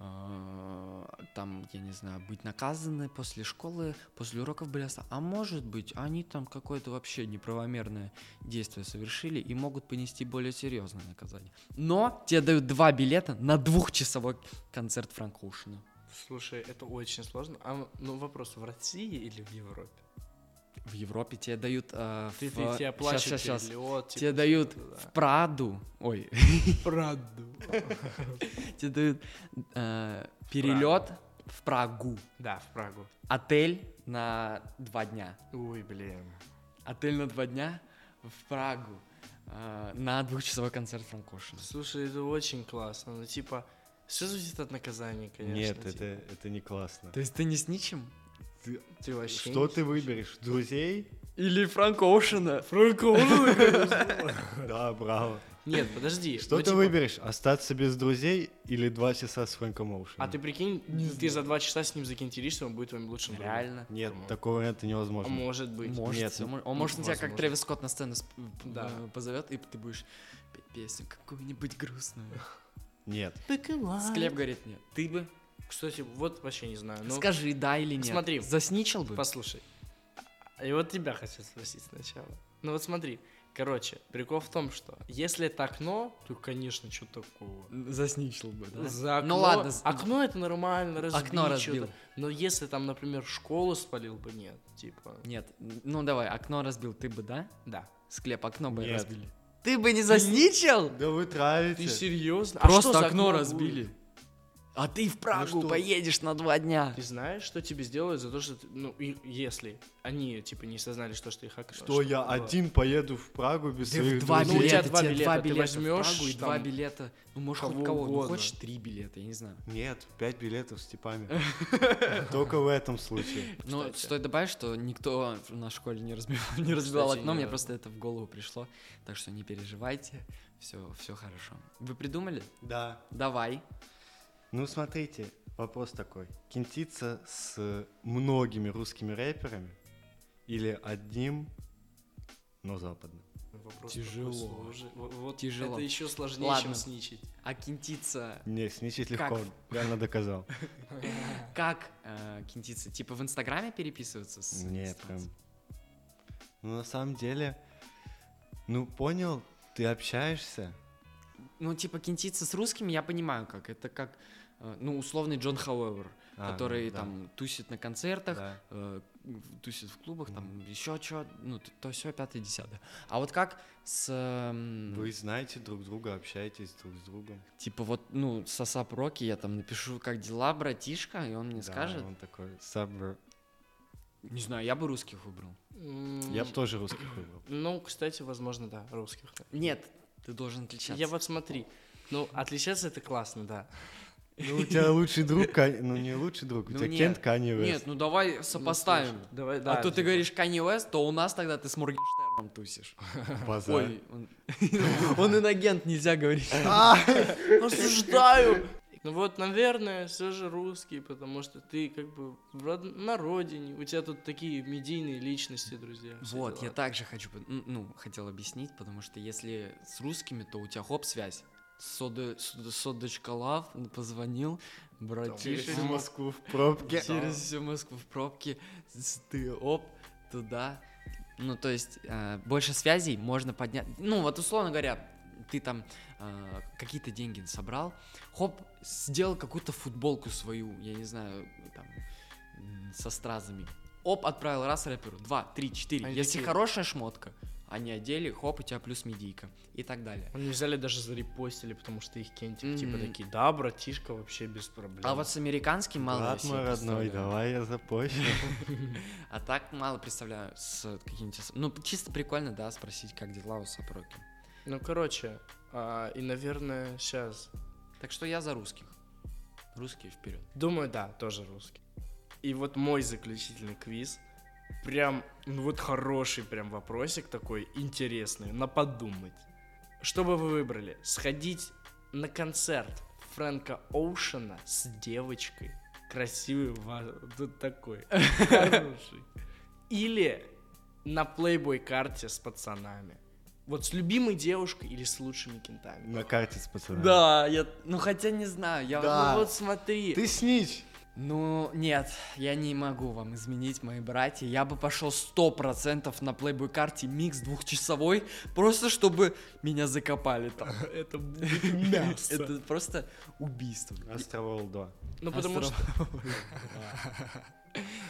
Speaker 3: э, там, я не знаю, быть наказаны после школы, после уроков были оста- А может быть, они там какое-то вообще неправомерное действие совершили и могут понести более серьезное наказание. Но тебе дают два билета на двухчасовой концерт Франка Оушена.
Speaker 2: Слушай, это очень сложно. А, ну, вопрос, в России или в Европе?
Speaker 3: В Европе тебе дают... э,
Speaker 2: Ты,
Speaker 3: в-
Speaker 2: ты, тебе
Speaker 3: щас, щас,
Speaker 2: оплачивают
Speaker 3: щас.
Speaker 2: перелет,
Speaker 3: Тебе
Speaker 2: типа,
Speaker 3: дают
Speaker 2: всё это,
Speaker 3: (laughs) в Праду, ой,
Speaker 2: да. Правду.
Speaker 3: тебе дают э, перелет в Прагу,
Speaker 2: Да, в Прагу.
Speaker 3: отель на два дня,
Speaker 2: Ой, блин.
Speaker 3: отель на два дня в Прагу э, на двухчасовой концерт Франкошина.
Speaker 2: Слушай, это очень классно. Ну, типа, все зависит от наказания, конечно.
Speaker 4: Нет,
Speaker 2: типа.
Speaker 4: это, это не классно.
Speaker 3: То есть ты не с ничем?
Speaker 4: Ты-
Speaker 2: Ты вообще...
Speaker 4: Что ты выберешь? Друзей?
Speaker 3: Или Франк Оушена?
Speaker 4: Да, браво.
Speaker 2: Нет, подожди.
Speaker 4: (laughs) Что
Speaker 2: ну,
Speaker 4: ты
Speaker 2: типа,
Speaker 4: выберешь? Остаться без друзей или два часа с Фрэнком Оушеном?
Speaker 2: А ты прикинь, ты за два часа с ним закинтеришься, он будет твоим лучшим другом.
Speaker 3: Реально.
Speaker 4: Нет,
Speaker 2: Думаю.
Speaker 4: такого
Speaker 2: А
Speaker 4: варианта невозможно.
Speaker 2: может быть.
Speaker 3: Может,
Speaker 4: Нет,
Speaker 3: всё
Speaker 4: ну,
Speaker 3: мо- он может тебя как
Speaker 2: возможно.
Speaker 3: Трэвис Скотт на сцену с- п-
Speaker 2: Да.
Speaker 3: э, позовет, и ты будешь петь песню какую-нибудь грустную.
Speaker 4: Нет.
Speaker 3: Склеп говорит, нет, ты бы
Speaker 2: Кстати, вот вообще не знаю. Ну,
Speaker 3: скажи, да или нет.
Speaker 2: смотри.
Speaker 3: Засничал бы?
Speaker 2: а, послушай. И вот тебя хочу спросить сначала. Ну вот смотри, Короче, прикол в том, что если это окно, то, конечно, что такого.
Speaker 3: Засничил бы, да?
Speaker 2: За окно,
Speaker 3: Ну ладно, с-
Speaker 2: окно это нормально, разбить
Speaker 3: Окно
Speaker 2: чё-то.
Speaker 3: разбил.
Speaker 2: Но если там, например, школу спалил бы, нет, типа,
Speaker 3: Нет, ну давай, окно разбил, ты бы, да?
Speaker 2: да.
Speaker 3: Склеп, окно бы
Speaker 4: Нет.
Speaker 3: разбили. Ты бы не засничил?
Speaker 4: Да вы
Speaker 2: Ты
Speaker 4: травите.
Speaker 2: серьезно?
Speaker 3: Просто окно разбили. А ты в Прагу
Speaker 4: Ну что?
Speaker 3: поедешь на два дня.
Speaker 2: Ты знаешь, что тебе сделают за то, что, ты- ну, и, если они, типа, не сознали, что, что их окно...
Speaker 4: Что я
Speaker 2: было.
Speaker 4: один поеду в Прагу без
Speaker 3: Ты в
Speaker 4: своих
Speaker 3: два
Speaker 2: Ну, у
Speaker 4: друзей?
Speaker 2: тебя
Speaker 3: билета,
Speaker 2: два
Speaker 3: тебе
Speaker 2: билета,
Speaker 3: два
Speaker 2: ты
Speaker 3: билета в
Speaker 2: возьмешь
Speaker 3: Прагу и два
Speaker 2: там
Speaker 3: билета. Ну, может, хоть
Speaker 2: кого
Speaker 3: кого, ну,
Speaker 2: угодно.
Speaker 3: хочешь три билета, я не знаю.
Speaker 4: Нет, пять билетов
Speaker 3: (laughs)
Speaker 4: с типами. Только в этом случае.
Speaker 3: Ну,
Speaker 2: Кстати.
Speaker 3: стоит добавить, что никто на школе не разбивал, (laughs) не разбивал
Speaker 2: Кстати,
Speaker 3: окно, мне
Speaker 2: да.
Speaker 3: просто это в голову пришло. Так что не переживайте, все, все хорошо. Вы придумали?
Speaker 4: Да.
Speaker 3: Давай.
Speaker 4: Ну, смотрите, вопрос такой. Кентиться с многими русскими рэперами или одним, но западным?
Speaker 2: Вопрос
Speaker 3: Тяжело.
Speaker 2: такой сложный. Во- Вот
Speaker 3: Тяжело.
Speaker 2: Это еще сложнее,
Speaker 3: Ладно.
Speaker 2: чем сничить.
Speaker 3: А кинтиться,
Speaker 4: Не, сничать
Speaker 3: Как?
Speaker 4: легко, реально доказал.
Speaker 3: как э, кинтиться? Типа в Инстаграме переписываться? (laughs) С,
Speaker 4: Не,
Speaker 3: с
Speaker 4: прям.
Speaker 3: танцем?
Speaker 4: Ну, на самом деле, ну, понял, ты общаешься,
Speaker 3: Ну, типа кинтиться с русскими, я понимаю как. Это как, э, ну, условный Джон Хауэвер,
Speaker 4: А,
Speaker 3: который
Speaker 4: да.
Speaker 3: там тусит на концертах,
Speaker 4: да.
Speaker 3: э, в- тусит в клубах, там еще что, ну, т- то все, пятое, десятое. А вот как с... эм,
Speaker 4: Вы знаете друг друга, общаетесь друг с другом.
Speaker 3: Типа вот, ну, сосап Роки, я там напишу, как дела, братишка, и он мне
Speaker 4: Да,
Speaker 3: скажет.
Speaker 4: Он такой, «Сап, бро».
Speaker 3: Не знаю, я бы русских выбрал.
Speaker 4: Я бы тоже русских выбрал.
Speaker 2: Ну, кстати, возможно, да, русских. да.
Speaker 3: Нет, ты должен отличаться.
Speaker 2: Я вот смотри, ну, отличаться это классно, да.
Speaker 4: Ну, у тебя лучший друг, Кан- ну, не лучший друг, у
Speaker 3: Ну,
Speaker 4: тебя
Speaker 3: нет.
Speaker 4: Кент Канье
Speaker 3: Нет,
Speaker 4: Уэст.
Speaker 3: ну давай
Speaker 2: Ну,
Speaker 3: сопоставим.
Speaker 2: слушай, Давай,
Speaker 3: а
Speaker 2: да.
Speaker 3: то ты
Speaker 2: типа.
Speaker 3: говоришь Kanye West, то у нас тогда ты с Моргенштерном тусишь.
Speaker 4: Базар.
Speaker 3: Ой, он... (laughs) он инагент, нельзя говорить.
Speaker 2: Осуждаю! Ну вот, наверное, все же русские, потому что ты как бы в род- на родине, у тебя тут такие медийные личности, друзья. все
Speaker 3: Вот,
Speaker 2: дела.
Speaker 3: я также хочу, под- м, ну, хотел объяснить, потому что если с русскими, то у тебя хоп, связь. Сода, сод- содочка лав, ну, позвонил, братишек,
Speaker 4: Через Москву в пробке.
Speaker 3: через всю Москву в пробке, с- ты оп, туда. Ну, то есть, э, больше связей можно поднять. Ну, вот условно говоря, ты там э, какие-то деньги собрал, хоп, сделал какую-то футболку свою, я не знаю, там, м, со стразами. Оп, отправил раз рэперу, два, три, четыре.
Speaker 2: Они
Speaker 3: Если
Speaker 2: такие-
Speaker 3: хорошая шмотка, они одели, хоп, у тебя плюс медийка и так далее.
Speaker 2: Они взяли даже зарепостили, потому что их кентик, типа
Speaker 3: Мгм.
Speaker 2: такие, да, братишка, вообще без проблем.
Speaker 3: А вот с американским мало я
Speaker 4: Брат
Speaker 3: себе
Speaker 4: мой родной,
Speaker 3: представляю.
Speaker 4: давай я запущу.
Speaker 3: А так мало представляю с каким-нибудь... ос- Ну, чисто прикольно, да, спросить, как дела у Сапроки.
Speaker 2: Ну, короче, а, и, наверное, сейчас.
Speaker 3: Так что я за русских. Русские вперед.
Speaker 2: Думаю, да, тоже русский. И вот мой заключительный квиз. Прям, ну вот хороший прям вопросик такой, интересный, на подумать. Что бы вы выбрали? Сходить на концерт Фрэнка Оушена с девочкой? Красивый, ва- тут такой, хороший. Или на плейбой-карте с пацанами? Вот с любимой девушкой или с лучшими кентами?
Speaker 4: На карте с пацанами.
Speaker 3: Да, я... Ну, хотя не знаю, я...
Speaker 4: Да.
Speaker 2: Ну вот смотри.
Speaker 4: Ты снич.
Speaker 3: Ну, нет, я не могу вам изменить, мои братья. Я бы пошел сто процентов на плейбой-карте микс двухчасовой, просто чтобы меня закопали там.
Speaker 2: Это будет
Speaker 3: (laughs)
Speaker 2: мясо.
Speaker 3: Это просто убийство.
Speaker 4: Островол 2.
Speaker 2: Ну потому что...
Speaker 3: Остров.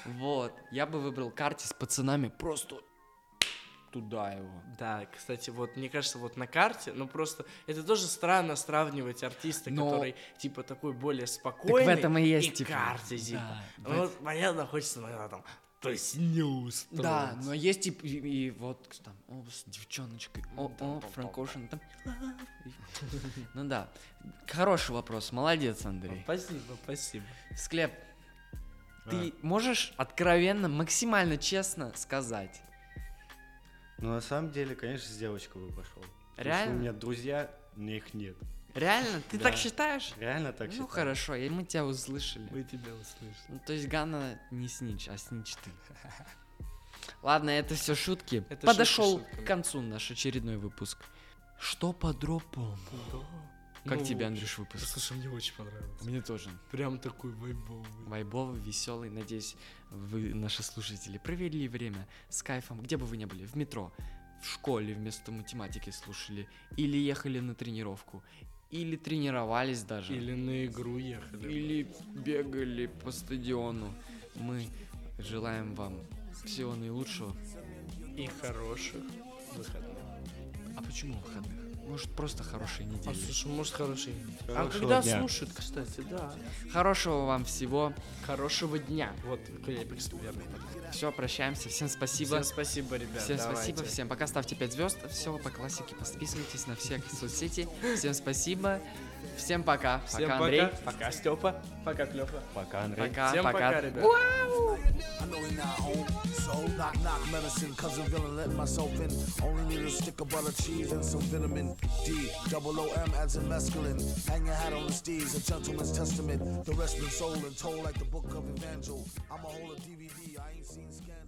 Speaker 3: Вот, я бы выбрал карте с пацанами просто туда его.
Speaker 2: Да, кстати, вот мне кажется, вот на карте, ну просто это тоже странно сравнивать артиста,
Speaker 3: Но-
Speaker 2: который типа такой более
Speaker 3: Так
Speaker 2: спокойный.
Speaker 3: в этом и есть, типа.
Speaker 2: карте, типа.
Speaker 3: да, в
Speaker 2: Ну, вот, понятно, хочется иногда там, то есть не устроить.
Speaker 3: Да, но есть и, и- и вот там, о, с девчоночкой, о, о, Фрэнк Оушен, там. (laughs) Ну да, хороший вопрос, молодец, Андрей.
Speaker 2: Спасибо, спасибо.
Speaker 3: Склеп, ты можешь откровенно, максимально честно сказать?
Speaker 4: Ну, на самом деле, конечно, с девочкой бы пошел.
Speaker 3: Реально?
Speaker 4: у меня друзья, мне их нет.
Speaker 3: Реально? Ты так
Speaker 4: Да.
Speaker 3: считаешь?
Speaker 4: Реально так
Speaker 3: Ну
Speaker 4: считаю.
Speaker 3: хорошо, и мы тебя услышали.
Speaker 2: Мы тебя услышали.
Speaker 3: Ну, то есть Ганна не снич, а снич ты. Ладно, это все шутки.
Speaker 2: Это шутки
Speaker 3: Подошел
Speaker 2: шутками.
Speaker 3: к концу наш очередной выпуск. Что по дропу? Как
Speaker 2: Ну,
Speaker 3: тебе, Андрюш, выпуск?
Speaker 2: Слушай, мне очень понравилось.
Speaker 3: Мне тоже.
Speaker 2: Прям такой вайбовый.
Speaker 3: Вайбовый, веселый. Надеюсь, вы, наши слушатели, провели время с кайфом, где бы вы ни были, в метро, в школе вместо математики слушали, или ехали на тренировку, или тренировались даже,
Speaker 2: Или на игру ехали.
Speaker 3: или бегали по стадиону. Мы желаем вам всего наилучшего.
Speaker 2: И хороших выходных.
Speaker 3: А почему выходных? Может, просто хорошей
Speaker 2: А,
Speaker 3: недели.
Speaker 2: слушай, может, хорошие. А
Speaker 4: Хорошего
Speaker 2: когда
Speaker 4: дня.
Speaker 2: слушают, кстати, да.
Speaker 3: Хорошего вам всего.
Speaker 2: Хорошего дня. Вот, клепикс, верно.
Speaker 3: Все, прощаемся. Всем спасибо.
Speaker 2: Всем спасибо, ребят.
Speaker 3: Всем
Speaker 2: давайте.
Speaker 3: спасибо, всем пока, ставьте 5 звезд, все по классике, подписывайтесь на всех соцсети. Всем спасибо, всем пока,
Speaker 2: Всем
Speaker 3: пока, Андрей,
Speaker 2: Пока, Степа. Пока, Клёпа.
Speaker 4: Пока, Андрей.
Speaker 3: пока,
Speaker 2: Всем
Speaker 3: пока.
Speaker 2: пока, ребят.
Speaker 6: I know in our own soul, knock knock medicine, cause I'm gonna let myself in. Only need a stick of butter, cheese, and some vitamin D. Double O M as in mescaline. Hang your hat on the steez, a gentleman's testament. The rest been sold and told like the book of Evangel. I'ma hold a DVD, I ain't seen scandal.